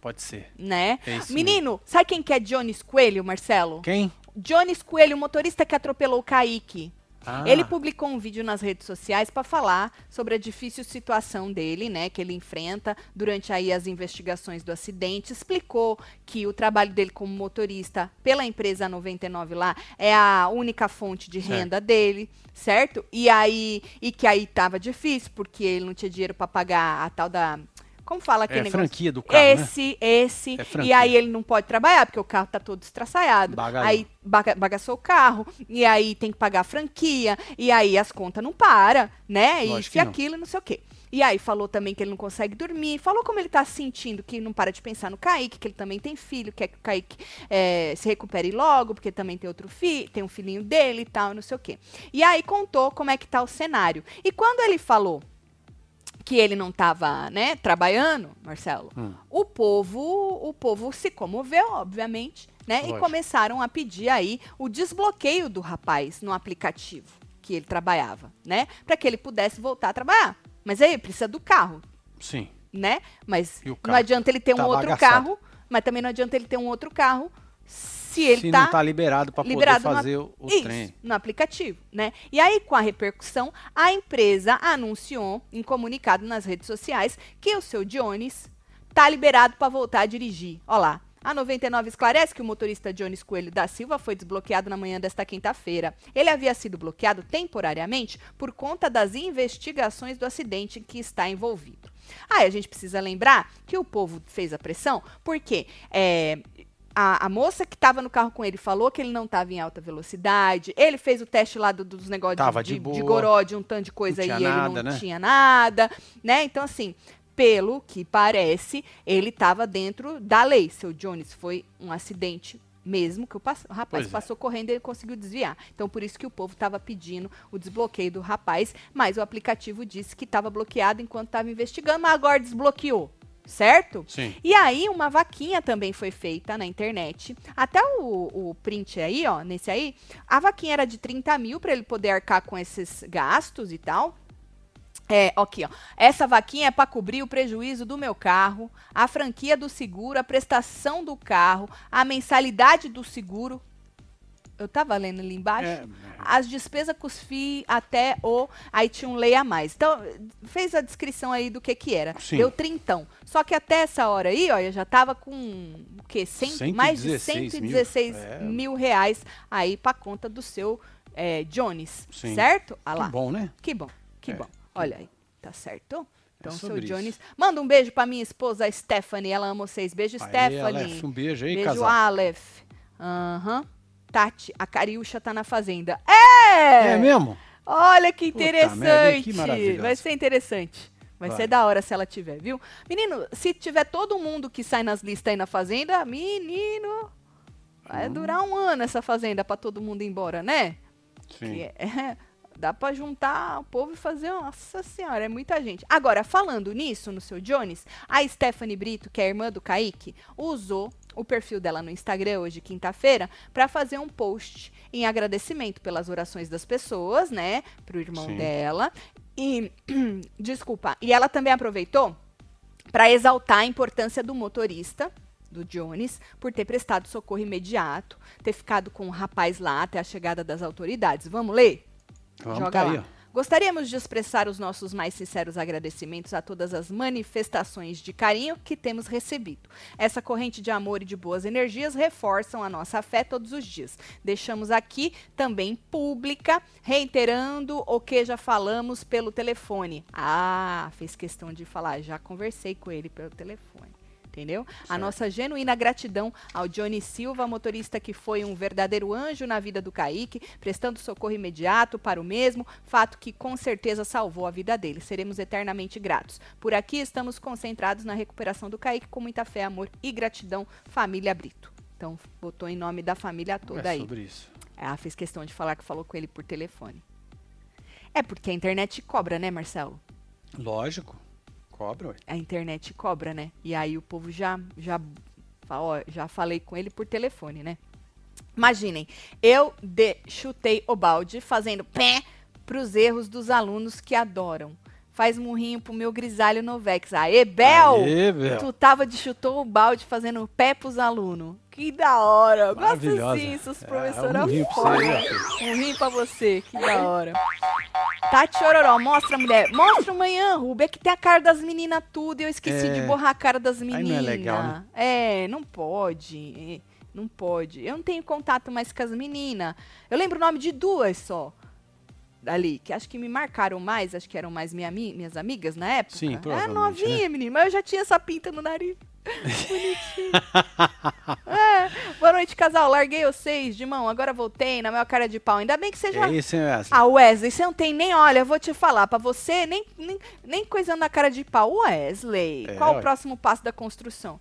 A: Pode ser.
B: né?
A: É isso
B: Menino, sabe quem que é Jones Coelho, Marcelo?
A: Quem?
B: Jones Coelho, o motorista que atropelou o Kaique.
A: Ah,
B: Ele publicou um vídeo nas redes sociais para falar sobre a difícil situação dele, né, que ele enfrenta durante aí as investigações do acidente. Explicou que o trabalho dele como motorista pela empresa 99 lá é a única fonte de
A: Certo.
B: renda dele, certo? E aí e que aí tava difícil porque ele não tinha dinheiro para pagar a tal da como fala
A: é
B: aquele negócio?
A: franquia do carro, né?
B: esse, esse.
A: É franquia.
B: e aí ele não pode trabalhar, porque o carro tá todo estraçaiado.
A: Bagalhou.
B: Aí baga- bagaçou o carro, e aí tem que pagar a franquia, e aí as contas não param, né? E
A: Lógico que
B: Isso e
A: não.
B: aquilo, e não sei o quê. E aí falou também que ele não consegue dormir, falou como ele tá sentindo, que não para de pensar no Kaique, que ele também tem filho, quer que o Kaique eh, se recupere logo, porque também tem outro filho, tem um filhinho dele e tal, e não sei o quê. E aí contou como é que tá o cenário. E quando ele falou que ele não estava, né, trabalhando, Marcelo,
A: Hum.
B: o povo, o povo se comoveu, obviamente, né, e
A: Lógico.
B: começaram a pedir aí o desbloqueio do rapaz no aplicativo que ele trabalhava, né, para que ele pudesse voltar a trabalhar. Mas aí precisa do carro,
A: Sim.
B: né? Mas
A: E o
B: não
A: carro?
B: adianta ele ter um
A: Tá
B: outro
A: bagaçado.
B: carro, mas também não adianta ele ter um outro carro se ele
A: Se
B: tá
A: não tá liberado pra
B: liberado
A: poder
B: numa-
A: fazer o, o
B: isso,
A: trem.
B: no aplicativo, né? E aí, com a repercussão, a empresa anunciou em comunicado nas redes sociais que o seu Jones tá liberado para voltar a dirigir. Olha lá. A 99 esclarece que o motorista Jones Coelho da Silva foi desbloqueado na manhã desta quinta-feira. Ele havia sido bloqueado temporariamente por conta das investigações do acidente em que está envolvido. Aí a gente precisa lembrar que o povo fez a pressão porque é, a, a moça que estava no carro com ele falou que ele não estava em alta velocidade. Ele fez o teste lá do- dos negócios
A: Tava de boa.
B: goró, de um tanto de coisa
A: Não
B: e
A: tinha
B: ele
A: nada,
B: não
A: né?
B: tinha nada, né? Então, assim, pelo que parece, ele estava dentro da lei. Seu Jones foi um acidente mesmo, que o, pas- o rapaz
A: Pois é.
B: passou correndo e ele conseguiu desviar. Então, por isso que o povo estava pedindo o desbloqueio do rapaz, mas o aplicativo disse que estava bloqueado enquanto estava investigando, mas agora desbloqueou, certo?
A: Sim.
B: E aí, uma vaquinha também foi feita na internet. Até o, o print aí, ó, nesse aí, a vaquinha era de 30 mil para ele poder arcar com esses gastos e tal. É, ó, aqui, ó. Essa vaquinha é para cobrir o prejuízo do meu carro, a franquia do seguro, a prestação do carro, a mensalidade do seguro. Eu tava lendo ali embaixo
A: É,
B: as despesas com os FII até o. Aí tinha um lei a mais. Então, fez a descrição aí do que que era.
A: Sim.
B: Deu trintão. Só que até essa hora aí, ó, eu já tava com o quê? Cem, mais de
A: 116 mil.
B: 116 mil,
A: É.
B: reais aí pra conta do seu é, Jones.
A: Sim.
B: Certo? Ah lá.
A: que bom, né?
B: Que bom, que
A: É.
B: bom. Olha aí, tá certo? Então, seu
A: sobre isso.
B: Jones. Manda um beijo pra minha esposa, a Stephanie. Ela ama vocês. Beijo,
A: Aí,
B: Stephanie.
A: Aleph, um beijo aí,
B: Beijo,
A: casal.
B: Aleph. Aham. Tati, a Cariúcha tá na fazenda. É!
A: É mesmo?
B: Olha que
A: Puta merda, hein?
B: interessante.
A: Que maravilhoso.
B: Vai ser interessante. Vai,
A: Vai.
B: ser da hora se ela tiver, viu? Menino, se tiver todo mundo que sai nas listas aí na fazenda, menino, vai durar um ano essa fazenda pra todo mundo ir embora, né? Que
A: Sim.
B: é- dá pra juntar o povo e fazer, nossa senhora, é muita gente. Agora, falando nisso, no seu Jones, a Stephanie Brito, que é a irmã do Kaique, usou o perfil dela no Instagram hoje, quinta-feira, pra fazer um post em agradecimento pelas orações das pessoas, né, pro irmão
A: Sim.
B: dela. E, desculpa, e ela também aproveitou para exaltar a importância do motorista, do Jones, por ter prestado socorro imediato, ter ficado com o rapaz lá até a chegada das autoridades. Vamos ler?
A: Vamos
B: Joga
A: tá
B: lá.
A: aí, ó.
B: Gostaríamos de expressar os nossos mais sinceros agradecimentos a todas as manifestações de carinho que temos recebido. Essa corrente de amor e de boas energias reforçam a nossa fé todos os dias. Deixamos aqui também pública, reiterando o que já falamos pelo telefone. Ah, fez questão de falar, já conversei com ele pelo telefone. Entendeu? A
A: Certo.
B: nossa genuína gratidão ao Johnny Silva, motorista que foi um verdadeiro anjo na vida do Kaique, prestando socorro imediato para o mesmo, fato que com certeza salvou a vida dele. Seremos eternamente gratos. Por aqui estamos concentrados na recuperação do Kaique com muita fé, amor e gratidão, família Brito. Então, botou em nome da família toda
A: é
B: aí.
A: sobre isso.
B: Ela fez questão de falar que falou com ele por telefone. É porque a internet cobra, né, Marcelo?
A: Lógico. Cobra, ué.
B: a internet cobra, né? E aí o povo já já fala, ó, já falei com ele por telefone, né? Imaginem, eu de- chutei o balde fazendo pé para os erros dos alunos que adoram. Faz murrinho pro meu grisalho Novex. Aê, Bel!
A: Aê, Bel.
B: Tu tava de chutou o balde fazendo pé pros alunos. Que da hora! Eu Gosto
A: Maravilhosa.
B: disso, os
A: É,
B: professores
A: um rim pra você aí,
B: afora. Um rim pra você, que da hora. Tati Chororó, mostra, mulher. Mostra amanhã, Rubi. É que tem a cara das meninas tudo e eu esqueci
A: É.
B: de borrar a cara das
A: não é
B: meninas.
A: legal, né?
B: É, não pode. é, Não pode. Eu não tenho contato mais com as meninas. Eu lembro o nome de duas só. Ali, que acho que me marcaram mais, acho que eram mais minha, ami- minhas amigas na época.
A: Sim,
B: Era
A: provavelmente, né?
B: novinha, menina, mas eu já tinha essa pinta no nariz. Boa noite, casal. Larguei vocês de mão, agora voltei na maior cara de pau. Ainda bem que você já.
A: É isso, é assim.
B: Ah, Wesley, você não tem nem. Olha, eu vou te falar, pra você, nem, nem, nem coisa na cara de pau. Wesley,
A: É,
B: qual o
A: ué.
B: próximo passo da construção?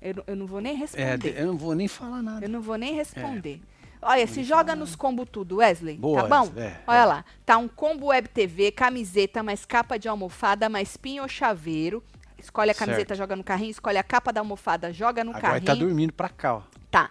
B: Eu, não- eu não vou nem
A: É,
B: responder.
A: eu não vou nem falar nada.
B: Eu não vou nem responder. Olha, se joga nos combo tudo, Wesley.
A: Boa,
B: tá bom?
A: Wesley, é,
B: Olha
A: é.
B: lá. Tá um combo Web TV, camiseta, mais capa de almofada, mais pin ou chaveiro. Escolhe a camiseta,
A: Certo.
B: joga no carrinho. Escolhe a capa da almofada, joga no
A: Agora ele
B: um carrinho.
A: tá dormindo pra cá, ó.
B: Tá.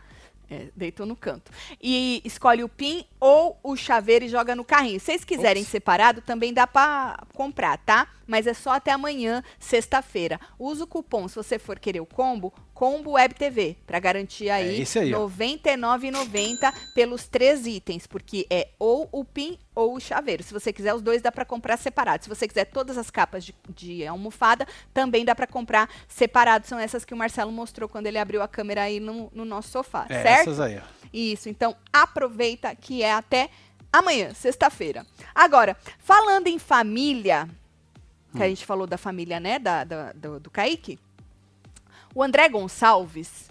B: É, deitou no canto. E escolhe o PIN ou o chaveiro e joga no carrinho. Se vocês quiserem
A: Ops.
B: separado, também dá pra comprar, tá? Mas é só até amanhã, sexta-feira. Usa o cupom, se você for querer o combo, Combo Web TV, pra garantir aí,
A: É esse aí, ó.
B: 99,90 pelos três itens, porque é ou o PIN ou o chaveiro. Se você quiser os dois, dá pra comprar separado. Se você quiser todas as capas de, de almofada, também dá pra comprar separado. São essas que o Marcelo mostrou quando ele abriu a câmera aí no, no nosso sofá,
A: É,
B: Tá certo?
A: essas aí, ó.
B: Isso, então aproveita que é até amanhã, sexta-feira. Agora, falando em família, que
A: Hum.
B: a gente falou da família, né, da, da- do, do Kaique, o André Gonçalves,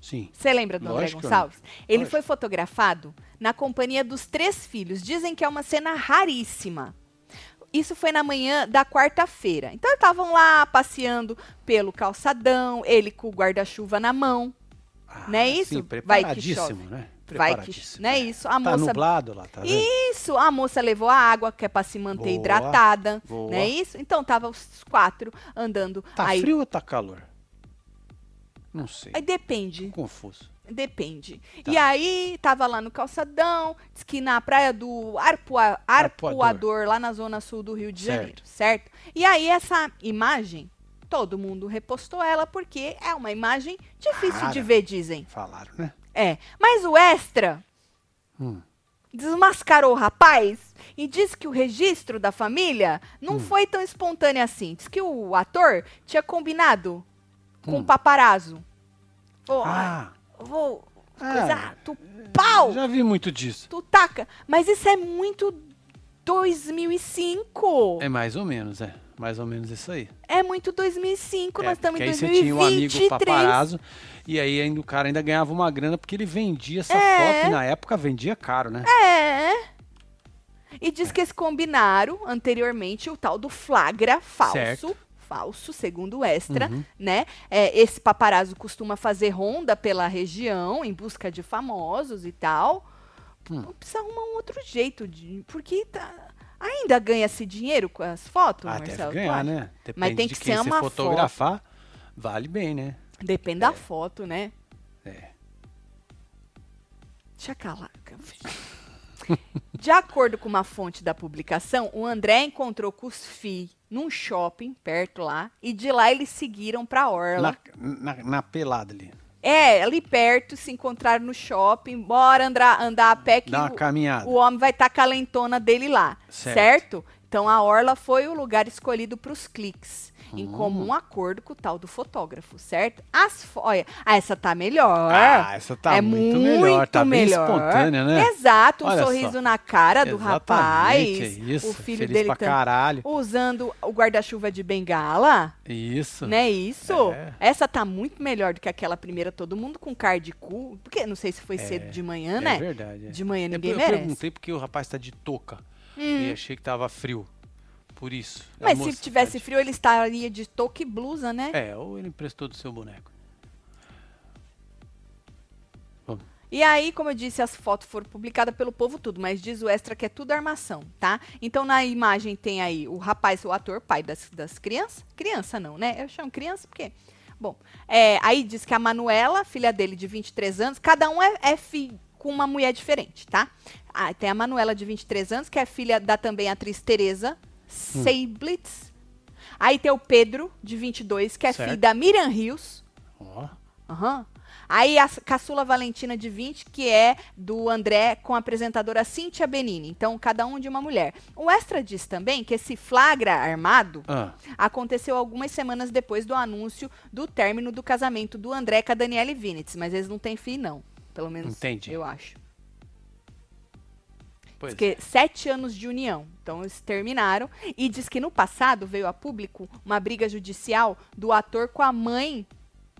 A: Sim.
B: você lembra do André
A: Lógico, né?
B: Gonçalves? Ele
A: Lógico.
B: foi fotografado na companhia dos três filhos. Dizem que é uma cena raríssima. Isso foi na manhã da quarta-feira. Então estavam lá passeando pelo calçadão, ele com o guarda-chuva na mão.
A: Ah,
B: Não é isso?
A: Sim,
B: Vai que
A: preparadíssimo, né?
B: Vai que,
A: Preparadíssimo.
B: não é isso? A
A: Tá
B: moça
A: nublado lá, tá vendo?
B: isso, a moça levou a água, que é pra se manter
A: Boa,
B: hidratada,
A: boa.
B: não é isso? Então tava os quatro andando
A: Tá
B: aí.
A: frio ou tá calor? Não sei.
B: Aí depende,
A: Confuso.
B: depende.
A: Tá.
B: E aí tava lá no calçadão, diz que na praia do Arpoa- Arpoador,
A: Arpoador.
B: lá na zona sul do Rio de
A: Certo.
B: Janeiro, certo? E aí essa imagem, todo mundo repostou ela porque é uma imagem difícil de
A: Cara.
B: ver, dizem.
A: Falaram, né?
B: É, mas o extra
A: Hum.
B: desmascarou o rapaz e disse que o registro da família não
A: Hum.
B: foi tão espontâneo assim. Diz que o ator tinha combinado com o paparazzo. Vou,
A: Hum. Ah,
B: vou
A: Ah.
B: coisar, tu pau,
A: já vi muito disso.
B: tu taca. Mas isso é muito 2005.
A: É mais ou menos, é. Mais ou menos isso aí.
B: É, muito 2005, nós
A: é,
B: estamos
A: porque
B: em
A: aí você tinha um amigo
B: 2023.
A: paparazzo e aí ainda o cara ainda ganhava uma grana porque ele vendia essa
B: É.
A: foto e na época vendia caro, né?
B: É. E diz que eles combinaram anteriormente o tal do flagra falso.
A: Certo.
B: Falso, segundo o Extra,
A: Uhum.
B: né? É, esse paparazzo costuma fazer ronda pela região em busca de famosos e tal.
A: Hum.
B: Não Precisa arrumar um outro jeito, de, porque tá- ainda ganha esse dinheiro com as fotos,
A: Ah,
B: Marcelo?
A: deve
B: tu
A: ganhar,
B: acha?
A: né? Depende
B: Mas tem
A: de
B: que
A: quem
B: ser
A: você
B: uma
A: fotografar, vale bem, né?
B: Depende da foto, né?
A: É.
B: Deixa calar. De acordo com uma fonte da publicação, o André encontrou com os FI num shopping perto lá e de lá eles seguiram pra Orla.
A: Na, na- na pelada ali.
B: É, ali perto se encontraram no shopping, bora andar, andar a pé que
A: Dá uma
B: o-
A: caminhada.
B: o homem vai estar com a lentona dele lá, certo?
A: Certo.
B: Então a orla foi o lugar escolhido para os cliques, em
A: Hum.
B: comum acordo com o tal do fotógrafo, certo? As fo- olha, ah, essa tá melhor.
A: Ah, essa tá
B: é
A: muito melhor, tá bem
B: melhor.
A: espontânea, né?
B: Exato, um
A: Olha só.
B: sorriso na cara do
A: Exatamente,
B: rapaz,
A: é isso.
B: o filho
A: Feliz
B: dele
A: pra
B: tam-
A: caralho.
B: usando o guarda-chuva de bengala.
A: Isso.
B: Não é isso?
A: É.
B: Essa tá muito melhor do que aquela primeira, todo mundo com cara de cu. Porque não sei se foi cedo de manhã,
A: É
B: né?
A: verdade. é.
B: De manhã
A: Eu-
B: ninguém
A: eu,
B: merece. Hum.
A: perguntei porque o rapaz tá de touca. E achei que tava frio. Por isso. A
B: Mas se
A: moça tá
B: tivesse
A: de-
B: frio, ele estaria de touca e blusa, né?
A: É, ou ele emprestou do seu boneco. Vamos.
B: E aí, como eu disse, as fotos foram publicadas pelo povo tudo, mas diz o extra que é tudo armação, tá? Então na imagem tem aí o rapaz, o ator, pai das, das crianças. Criança não, né? Eu chamo criança porque. Bom, é, aí diz que a Manuela, filha dele de 23 anos, cada um é, é fi- com uma mulher diferente, tá? Ah, tem a Manuela, de 23 anos, que é filha da também atriz Teresa Seiblitz. Aí tem o Pedro, de 22, que é
A: Certo.
B: filho da Miriam Rios.
A: Ó.
B: Aham. Aí a caçula Valentina de 20, que é do André com a apresentadora Cíntia Benini. Então, cada um de uma mulher. O Extra diz também que esse flagra armado
A: Ah,
B: aconteceu algumas semanas depois do anúncio do término do casamento do André com a Daniele Vinitz, mas eles não têm fim, não. Pelo menos
A: Entendi.
B: eu acho.
A: pois. é.
B: Porque sete anos de união. Então eles terminaram. E diz que no passado veio a público uma briga judicial do ator com a mãe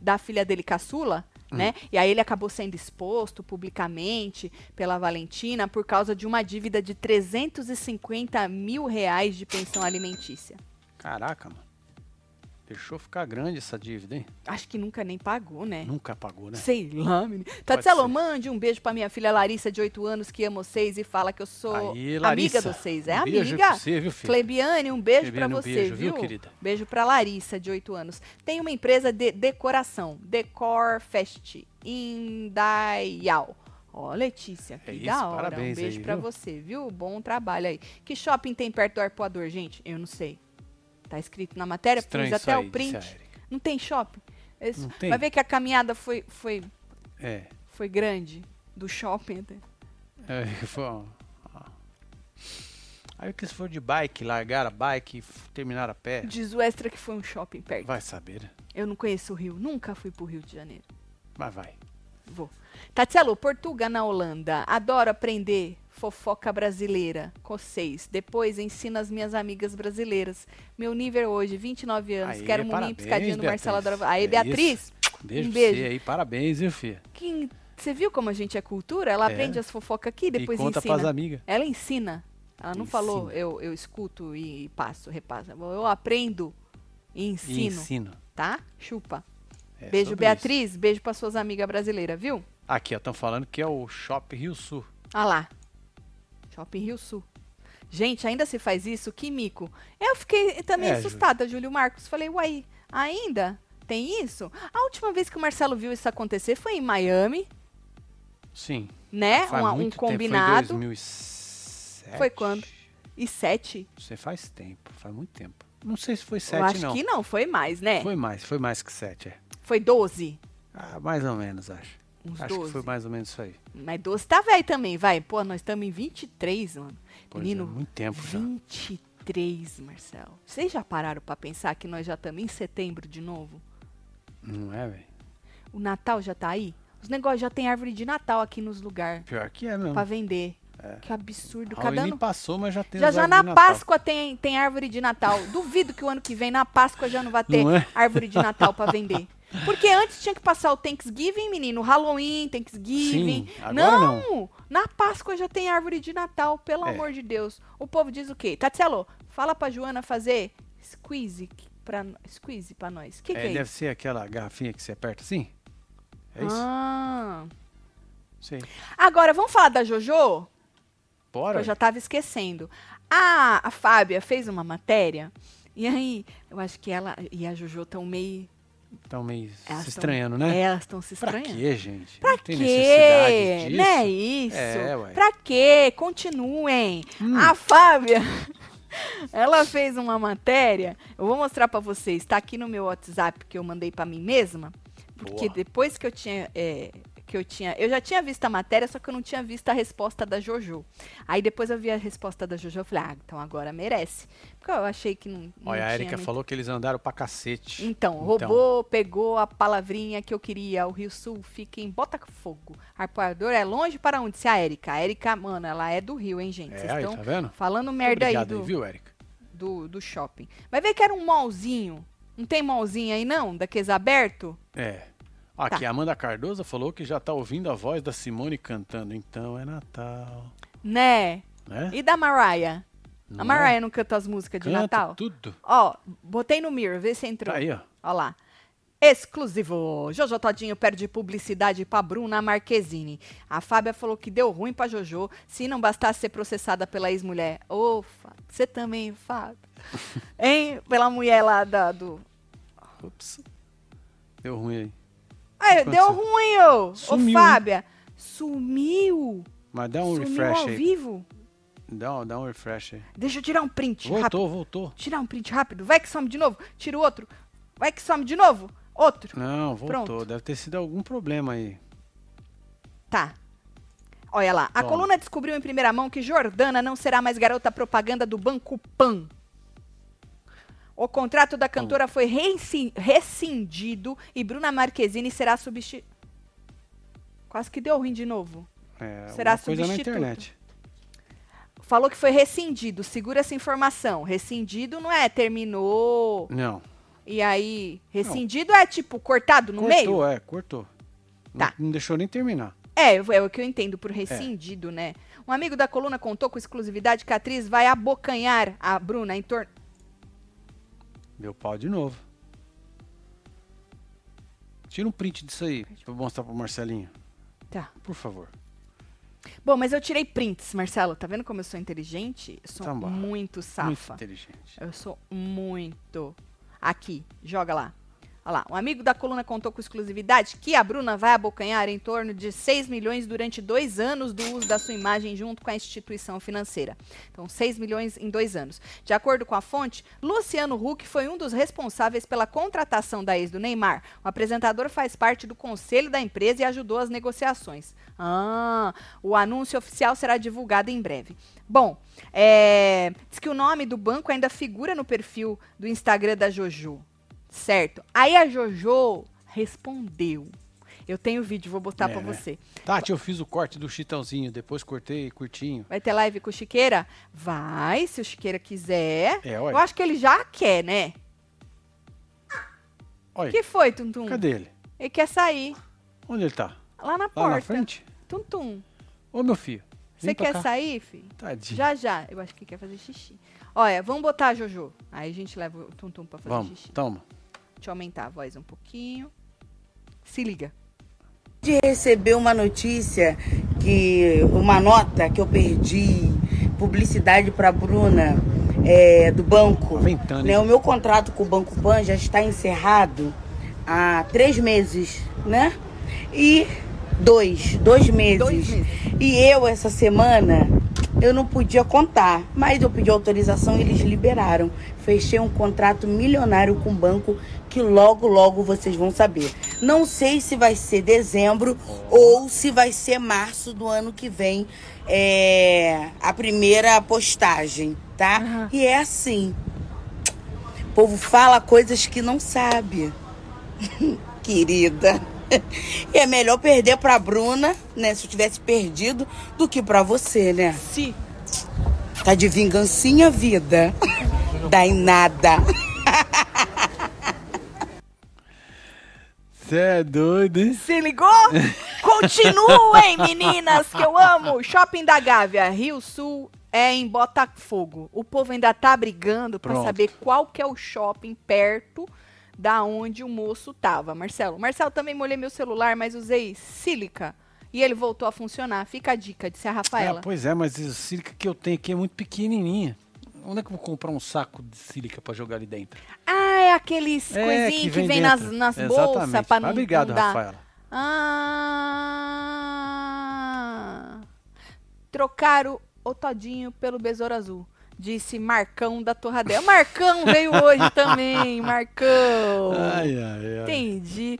B: da filha dele, caçula, né? E aí ele acabou sendo exposto publicamente pela Valentina por causa de uma dívida de 350 mil reais de pensão alimentícia.
A: Caraca, mano. Deixou ficar grande essa dívida, hein?
B: Acho que nunca nem pagou, né?
A: Nunca pagou, né?
B: Sei lá, menino.
A: Pode
B: Tatselo,
A: ser.
B: mande um beijo pra minha filha Larissa, de 8 anos, que ama vocês e fala que eu sou
A: Aí,
B: amiga
A: Larissa.
B: de vocês. É
A: um beijo
B: amiga.
A: Pra você, viu, filho?
B: Clebiane, um beijo pra
A: Clebiane, um
B: você,
A: beijo,
B: viu?
A: viu, querida?
B: Beijo pra Larissa, de 8 anos. Tem uma empresa de decoração, Decor Fest, Indaial. Ó, Letícia, que
A: É isso,
B: da hora. Um
A: parabéns
B: beijo
A: aí,
B: pra
A: viu?
B: você, viu? Bom trabalho aí. Que shopping tem perto do Arpoador, gente? Eu não sei. Tá escrito na matéria,
A: Estranho
B: pus
A: isso
B: até
A: aí,
B: o
A: disse
B: print.
A: a Erika.
B: Não tem shopping? Isso.
A: Não tem.
B: Vai ver que a caminhada foi, foi,
A: É.
B: foi grande do shopping. né? até.
A: É, foi um- ah. Aí que eles foram de bike, largaram a bike e f- terminaram a pé.
B: Diz o extra que foi um shopping perto.
A: É. Vai saber, né?
B: Eu não conheço o Rio, nunca fui pro Rio de Janeiro.
A: Mas vai.
B: Vou. Tatielo, Portuga na Holanda. Adoro aprender fofoca brasileira com vocês. Depois ensino as minhas amigas brasileiras. Meu nível é hoje, 29 anos.
A: Aí,
B: Quero um mulinho
A: parabéns,
B: piscadinho do Marcelo
A: Beatriz.
B: Adoro. Aí,
A: É
B: Beatriz,
A: Beijo,
B: um
A: pra
B: beijo.
A: você aí, parabéns, viu, filha?
B: que- você viu como a gente é cultura? Ela
A: É.
B: aprende as fofocas aqui e depois
A: e conta
B: ensina.
A: pras amigas.
B: Ela ensina. Ela não
A: Ensina.
B: falou, eu, eu escuto e passo, repasso. Eu aprendo e
A: E
B: ensino,
A: ensino.
B: tá? Chupa.
A: É
B: beijo,
A: sobre isso.
B: Beatriz. Beijo para suas amigas brasileiras, viu?
A: Aqui, ó, estão falando que é o Shop Rio Sul.
B: Ah lá. Shopping Rio Sul. Gente, ainda se faz isso? Que mico. Eu fiquei também
A: É,
B: assustada, Júlio Marcos. Falei, uai, ainda tem isso? A última vez que o Marcelo viu isso acontecer foi em Miami,
A: Sim.
B: né?
A: Ah, faz
B: Um, um
A: muito tempo,
B: combinado.
A: Foi em 2007.
B: Foi quando? E sete?
A: Você faz tempo, faz muito tempo. Não sei se foi
B: Eu
A: 7,
B: acho
A: não.
B: que não, foi mais, né?
A: Foi mais, foi mais que 7, é.
B: Foi 12.
A: Ah, mais ou menos, acho.
B: Uns
A: acho
B: 12.
A: que foi mais ou menos isso aí.
B: Mas 12 tá velho também, vai. Pô, nós estamos em 23, mano.
A: Pois é,
B: Menino,
A: muito tempo já.
B: 23, Marcelo. Vocês já pararam pra pensar que nós já estamos em setembro de novo?
A: Não é, velho?
B: O Natal já tá aí? Os negócios já tem árvore de Natal aqui nos lugares
A: Pior que é mesmo.
B: pra vender.
A: É.
B: Que absurdo.
A: A
B: Cada
A: Uni
B: ano.
A: passou, mas já tem
B: Já
A: os
B: já
A: árvores
B: na
A: de Natal.
B: Páscoa tem, tem árvore de Natal. Duvido que o ano que vem na Páscoa já não vai ter
A: Não é?
B: árvore de Natal pra vender. Porque antes tinha que passar o Thanksgiving, menino, Halloween, Thanksgiving.
A: Sim, agora
B: na Páscoa já tem árvore de Natal, pelo
A: É.
B: amor de Deus. O povo diz o quê? Tatielo, fala pra Joana fazer squeeze pra, squeeze pra nós. O que, que
A: é,
B: é
A: deve
B: isso?
A: ser aquela garrafinha que você aperta assim? É isso?
B: Ah.
A: Sei.
B: Agora, vamos falar da JoJo?
A: Bora.
B: Eu já tava esquecendo. A, a Fábia fez uma matéria, e aí, eu acho que ela e a JoJo estão meio.
A: Estão então, meio
B: Elas
A: se
B: tão-
A: estranhando, né?
B: Elas estão se
A: pra
B: estranhando.
A: quê, gente?
B: é Pra
A: Não tem necessidade
B: quê?
A: disso.
B: Não é isso?
A: É, ué. Hum.
B: pra quê? Continuem. A Fábia, ela fez uma matéria. Eu vou mostrar pra vocês. Tá aqui no meu WhatsApp que eu mandei pra mim mesma. Porque
A: Boa.
B: depois que eu tinha. é, que eu tinha. Eu já tinha visto a matéria, só que eu não tinha visto a resposta da Jojo. Aí depois eu vi a resposta da Jojo, eu falei, ah, então agora merece. Porque eu achei que não. né? não
A: Olha, a
B: tinha
A: Erika
B: muito-
A: falou que eles andaram pra cacete.
B: então, roubou, pegou a palavrinha que eu queria. O Rio Sul fica em Botafogo. Arpoador é longe para onde? Se a Érica. A Érica, mano, ela é do Rio, hein, gente? Vocês
A: É, aí,
B: estão
A: tá vendo?
B: falando merda aí
A: Obrigado aí,
B: do,
A: viu, Erika?
B: do, do shopping. Vai ver que era um mallzinho. Não tem mallzinho aí, não? Daqueles aberto?
A: É. Aqui,
B: Tá.
A: a Amanda Cardoso falou que já tá ouvindo a voz da Simone cantando. Então é Natal.
B: Né?
A: Né?
B: E da Mariah?
A: Não
B: A
A: é?
B: Mariah não canta as músicas é de
A: Canta
B: Natal?
A: tudo.
B: Ó, botei no mirror, vê se entrou.
A: Tá aí, ó.
B: Ó lá. Exclusivo. Jojo Todinho perde publicidade pra Bruna Marquezine. A Fábia falou que deu ruim pra Jojo se não bastasse ser processada pela ex-mulher. Ô, Fábio, você também, Fábio. hein? Pela mulher lá da, do...
A: Ups. Deu ruim aí.
B: Ah,
A: Aconteceu.
B: deu ruim, ô! Ô,
A: Sumiu,
B: Fábia. Sumiu!
A: Mas dá um
B: Sumiu
A: refresh
B: ao
A: aí.
B: vivo?
A: Dá, um- dá um refresh aí.
B: Deixa eu tirar um print rápido.
A: Voltou, voltou.
B: Tirar um print rápido. Vai que some de novo. Tira o outro. Vai que some de novo. Outro.
A: Não, voltou.
B: Pronto.
A: Deve ter sido algum problema aí.
B: Tá. Olha lá. A
A: Toma.
B: coluna descobriu em primeira mão que Jordana não será mais garota propaganda do Banco Pan. O contrato da cantora foi reinci- rescindido e Bruna Marquezine será substituída. Quase que deu ruim de novo.
A: É,
B: Será
A: alguma coisa na
B: substituto.
A: internet.
B: Falou que foi rescindido. Segura essa informação. Rescindido não é terminou.
A: Não.
B: E aí, rescindido é tipo cortado no meio?
A: cortou, é, cortou. Não-
B: Tá.
A: Não, deixou nem terminar.
B: É, eu- é o que eu entendo por rescindido, né? Um amigo da coluna contou com exclusividade que a atriz vai abocanhar a Bruna em torno.
A: Deu pau de novo. Tira um print disso aí pra eu mostrar pro Marcelinho.
B: Tá.
A: Por favor.
B: Bom, mas eu tirei prints, Marcelo. Tá vendo como eu sou inteligente? Eu sou
A: Tá bom.
B: muito
A: Muito
B: safa.
A: inteligente.
B: Eu sou muito. Aqui, joga lá. Olha lá, um amigo da coluna contou com exclusividade que a Bruna vai abocanhar em torno de 6 milhões durante dois anos do uso da sua imagem junto com a instituição financeira. Então, 6 milhões em dois anos. De acordo com a fonte, Luciano Huck foi um dos responsáveis pela contratação da ex do Neymar. O apresentador faz parte do conselho da empresa e ajudou as negociações. Ah, o anúncio oficial será divulgado em breve. Bom, é, diz que o nome do banco ainda figura no perfil do Instagram da Jojo. Certo. Aí a Jojo respondeu. Eu tenho o vídeo, vou botar
A: É,
B: pra
A: né?
B: você.
A: Tati, eu fiz o corte do chitãozinho, depois cortei curtinho.
B: Vai ter live com o Chiqueira? Vai, se o Chiqueira quiser.
A: É,
B: Eu
A: olha.
B: acho que ele já quer, né?
A: Olha,
B: que foi, Tuntum?
A: cadê ele?
B: Ele quer sair.
A: Onde ele tá?
B: Lá na
A: Lá
B: porta.
A: na frente?
B: Tuntum,
A: Ô, meu filho.
B: você quer sair, filho?
A: Tadinho.
B: Já, já. Eu acho que quer fazer xixi. Olha, vamos botar a Jojo. Aí a gente leva o Tuntum pra fazer
A: Vamos,
B: xixi.
A: toma.
B: Deixa eu aumentar a voz um pouquinho. Se liga.
D: de receber uma notícia que uma nota que eu perdi publicidade para Bruna é, do banco.
A: Tá ventando,
D: né?
A: hein?
D: O meu contrato com o Banco Pan já está encerrado há três meses, né? E dois, dois meses.
B: Dois meses.
D: E eu essa semana eu não podia contar, mas eu pedi autorização e eles liberaram. Fechei um contrato milionário com o banco que logo logo vocês vão saber. Não sei se vai ser dezembro ou se vai ser março do ano que vem é, a primeira postagem, tá?
B: Aham.
D: E é assim. O povo fala coisas que não sabe. Querida. E é melhor perder pra Bruna, né? Se eu tivesse perdido, do que pra você, né?
B: Se.
D: Tá de vingancinha, vida. Dá em nada.
A: Você é doido, hein?
B: Se ligou? Continuem, meninas, que eu amo. Shopping da Gávea, Rio Sul é em Botafogo. O povo ainda tá brigando pra
A: Pronto.
B: saber qual que é o shopping perto da onde o moço tava, Marcelo. Marcelo, também molhei meu celular, mas usei sílica e ele voltou a funcionar. Fica a dica, disse a Rafaela.
A: Ah, pois é, mas o sílica que eu tenho aqui é muito pequenininha. Onde é que eu vou comprar um saco de sílica pra jogar ali dentro?
B: Ah, é aqueles
A: É,
B: coisinhos que vem, nas,
A: dentro.
B: nas bolsas
A: Exatamente.
B: pra não,
A: Obrigado,
B: não dar.
A: Rafaela.
B: Ah! Trocaram o Todinho pelo Besouro Azul. Disse Marcão da Torradeira. Marcão veio hoje também, Marcão.
A: Ai, ai, ai.
B: Entendi.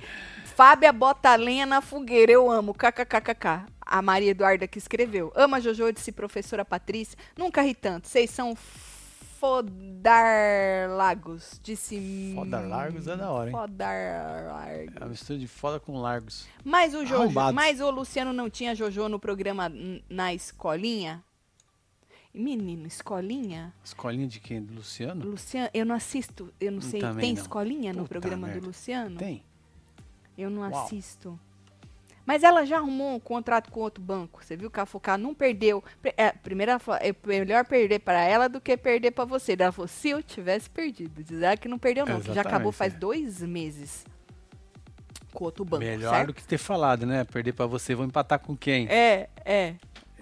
B: Fábia bota lenha na fogueira. Eu amo. KKKKK. A Maria Eduarda que escreveu. Ama Jojo, disse professora Patrícia. Nunca ri tanto. Vocês são fodarlagos. Disse.
A: Foda largos é da hora, hein?
B: Fodarlagos.
A: É uma mistura de foda com largos.
B: Mas o Jojo,
A: Arrombado.
B: mas o Luciano não tinha Jojo no programa hum, na escolinha? Menino, escolinha?
A: Escolinha de quem? Do Luciano?
B: Luciano, eu não assisto, eu não sei,
A: Também
B: tem
A: não.
B: escolinha no
A: Puta
B: programa do
A: merda.
B: Luciano?
A: Tem.
B: Eu não
A: Uau.
B: assisto. Mas ela já arrumou um contrato com outro banco. Você viu que a Focá não perdeu. Pr- É, primeiro ela falou, é melhor perder para ela do que perder para você. Daí Ela falou, se eu tivesse perdido. Diz ela que não perdeu não, que já acabou
A: Exatamente,
B: faz
A: é.
B: dois meses com outro banco,
A: Melhor
B: certo?
A: do que ter falado, né? Perder pra você, vou empatar com quem?
B: É, é.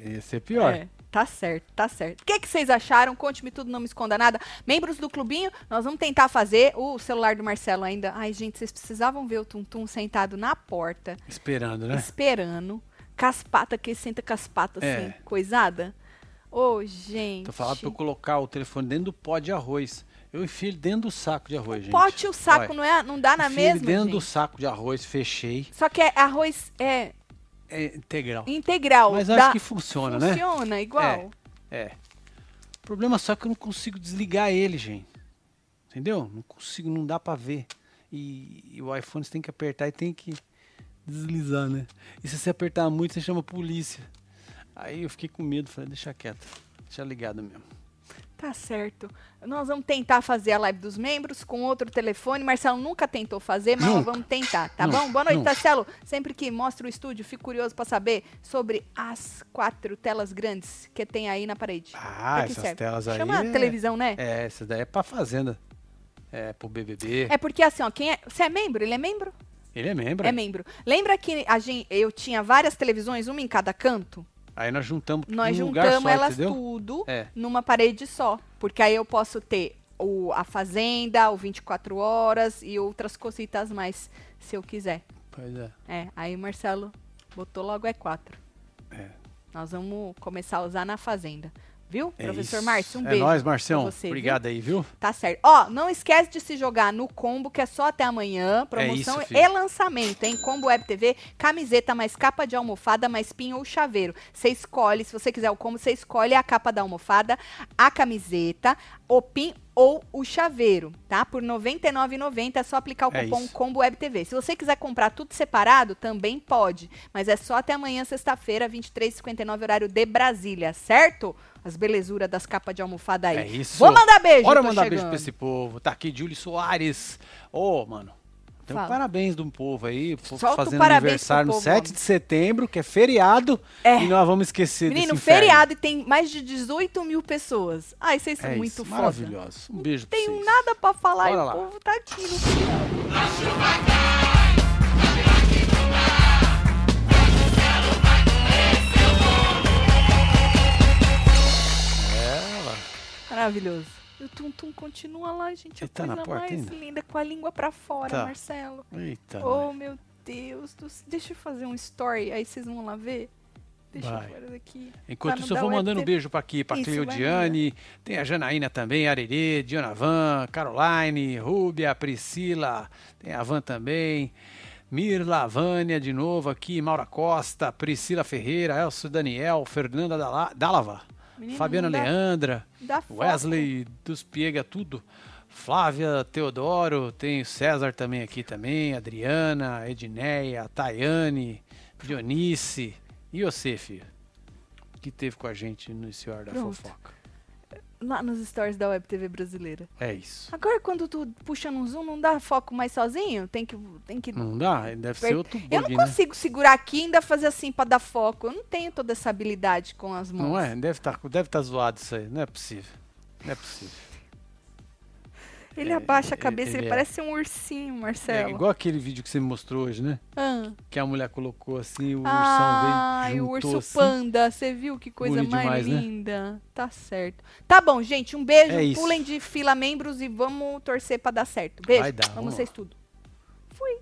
A: Ia ser pior.
B: É, tá certo, tá certo. O que, que vocês acharam? Conte-me tudo, não me esconda nada. Membros do clubinho, nós vamos tentar fazer o celular do Marcelo ainda. Ai, gente, vocês precisavam ver o Tuntum sentado na porta,
A: Esperando, né?
B: esperando. caspata, que senta caspata, assim,
A: É.
B: coisada. Ô, gente.
A: Tô falando pra eu colocar o telefone dentro do pó de arroz. Eu enfio ele dentro do saco de arroz, gente.
B: Pote e o saco
A: Olha,
B: não, é, não dá na
A: enfio ele
B: mesma,
A: dentro do
B: gente?
A: saco de arroz, fechei.
B: Só que é arroz é
A: É integral.
B: integral.
A: Mas
B: Então, dá-
A: acho que funciona, né?
B: Funciona igual.
A: É. O problema só é que eu não consigo desligar ele, gente. Entendeu? Não consigo, não dá pra ver. E, e o iPhone você tem que apertar e tem que deslizar, né? E se você apertar muito, você chama a polícia. Aí eu fiquei com medo, falei, deixa quieto. Deixa ligado mesmo.
B: Tá certo. Nós vamos tentar fazer a live dos membros com outro telefone. Marcelo nunca tentou fazer, mas nós
A: Nunca.
B: vamos tentar, tá
A: Nunca,
B: bom? Boa noite,
A: nunca.
B: Marcelo. Sempre que mostra o estúdio, fico curioso pra saber sobre as quatro telas grandes que tem aí na parede.
A: Ah,
B: Pra que
A: essas
B: serve?
A: telas aí.
B: Chama
A: é-
B: televisão, né? É.
A: É, essa daí é pra fazenda. É, pro BBB.
B: porque assim, ó, quem é, você é membro? Ele é membro?
A: Ele é membro.
B: É membro. Lembra que a gente, eu tinha várias televisões, uma em cada canto?
A: Aí nós juntamos
B: Nós
A: num lugar
B: juntamos
A: só,
B: elas
A: entendeu?
B: tudo
A: É.
B: numa parede só. Porque aí eu posso ter o, a Fazenda, o 24 Horas e outras cositas mais, se eu quiser.
A: Pois é.
B: É, aí o Marcelo botou logo é 4.
A: É.
B: Nós vamos começar a usar na Fazenda. Viu,
A: É
B: professor
A: isso.
B: Márcio? Um
A: é
B: beijo.
A: nóis, Marcião.
B: pra você,
A: Obrigado aí, viu?
B: Tá certo. Ó, não esquece de se jogar no combo, que é só até amanhã. Promoção
A: isso, filho.
B: e lançamento, hein? Combo Web TV, camiseta mais capa de almofada, mais pin ou chaveiro. Você escolhe, se você quiser o combo, você escolhe a capa da almofada, a camiseta, o pin ou o chaveiro, tá? Por R$ 99,90 é só aplicar o
A: É
B: cupom
A: isso.
B: Combo Web TV. Se você quiser comprar tudo separado, também pode. Mas é só até amanhã, sexta-feira, 23h59, horário de Brasília, certo? As belezuras das capas de almofada aí.
A: É isso.
B: Vou mandar beijo,
A: Bora
B: tô
A: mandar
B: chegando.
A: beijo pra esse povo. Tá aqui, Júlio Soares. Ô, mano. Então,
B: Fala.
A: parabéns do povo aí. O povo
B: Solta o
A: fazendo
B: parabéns pro
A: aniversário no
B: povo,
A: 7
B: homem.
A: de setembro, que é feriado.
B: É.
A: E nós vamos esquecer
B: Menino,
A: desse inferno.
B: feriado e tem mais de 18 mil pessoas. Ai, vocês são
A: É
B: muito
A: isso,
B: foda.
A: maravilhoso. Um beijo pra
B: Tenho
A: vocês.
B: nada pra falar
A: Bora
B: e o
A: lá.
B: povo tá aqui no feriado. Maravilhoso. E o Tum Tum continua lá, gente. A
A: Ele tá na
B: coisa
A: porta
B: mais
A: ainda?
B: linda, com a língua pra fora,
A: Tá.
B: Marcelo.
A: Eita.
B: Oh, meu Deus do céu. Deixa eu fazer um story, aí vocês vão lá ver. Deixa
A: Vai.
B: eu fora daqui.
A: Enquanto
B: Pra
A: isso,
B: não
A: eu
B: dar
A: vou
B: web
A: mandando um
B: TV.
A: beijo pra aqui, pra
B: Isso,
A: Cleudiane, tem a Janaína também, Arerê, Dionavan, Caroline, Rúbia, Priscila, tem a Van também, Mirla, Vânia de novo aqui, Maura Costa, Priscila Ferreira, Elcio Daniel, Fernanda Dala- Dálava,
B: Menino,
A: Fabiana
B: não dá-
A: Leandra,
B: dá foco.
A: Wesley dos Piega, tudo. Flávia, Teodoro, tem o César também aqui também, Adriana, Edneia, Tayane, Dionice e você, filho, que teve com a gente nesse Hora da
B: Pronto.
A: Fofoca.
B: Lá nos stories da Web TV brasileira.
A: É isso.
B: Agora, quando tu puxa no um zoom, não dá foco mais sozinho? Tem que. Tem que...
A: Não dá? Deve ser Hum, outro
B: eu não
A: bug, né?
B: consigo segurar aqui e ainda fazer assim pra dar foco. Eu não tenho toda essa habilidade com as mãos.
A: Não é? Deve estar deve tá zoado isso aí. Não é possível. Não é possível.
B: Ele abaixa a
A: ele-
B: cabeça, ele,
A: ele é.
B: parece um ursinho, Marcelo.
A: É igual aquele vídeo que você me mostrou hoje, né?
B: Ah.
A: Que a mulher colocou assim, o ursão
B: Ai,
A: veio
B: o
A: juntou
B: urso
A: assim.
B: panda, você viu que coisa
A: Bonito
B: mais
A: demais, né?
B: linda. Tá certo. Tá bom, gente, um beijo.
A: É isso.
B: Pulem de fila membros e vamos torcer pra dar certo. Beijo.
A: Vai dar,
B: Vamos
A: vamos
B: vocês
A: lá.
B: tudo. Fui.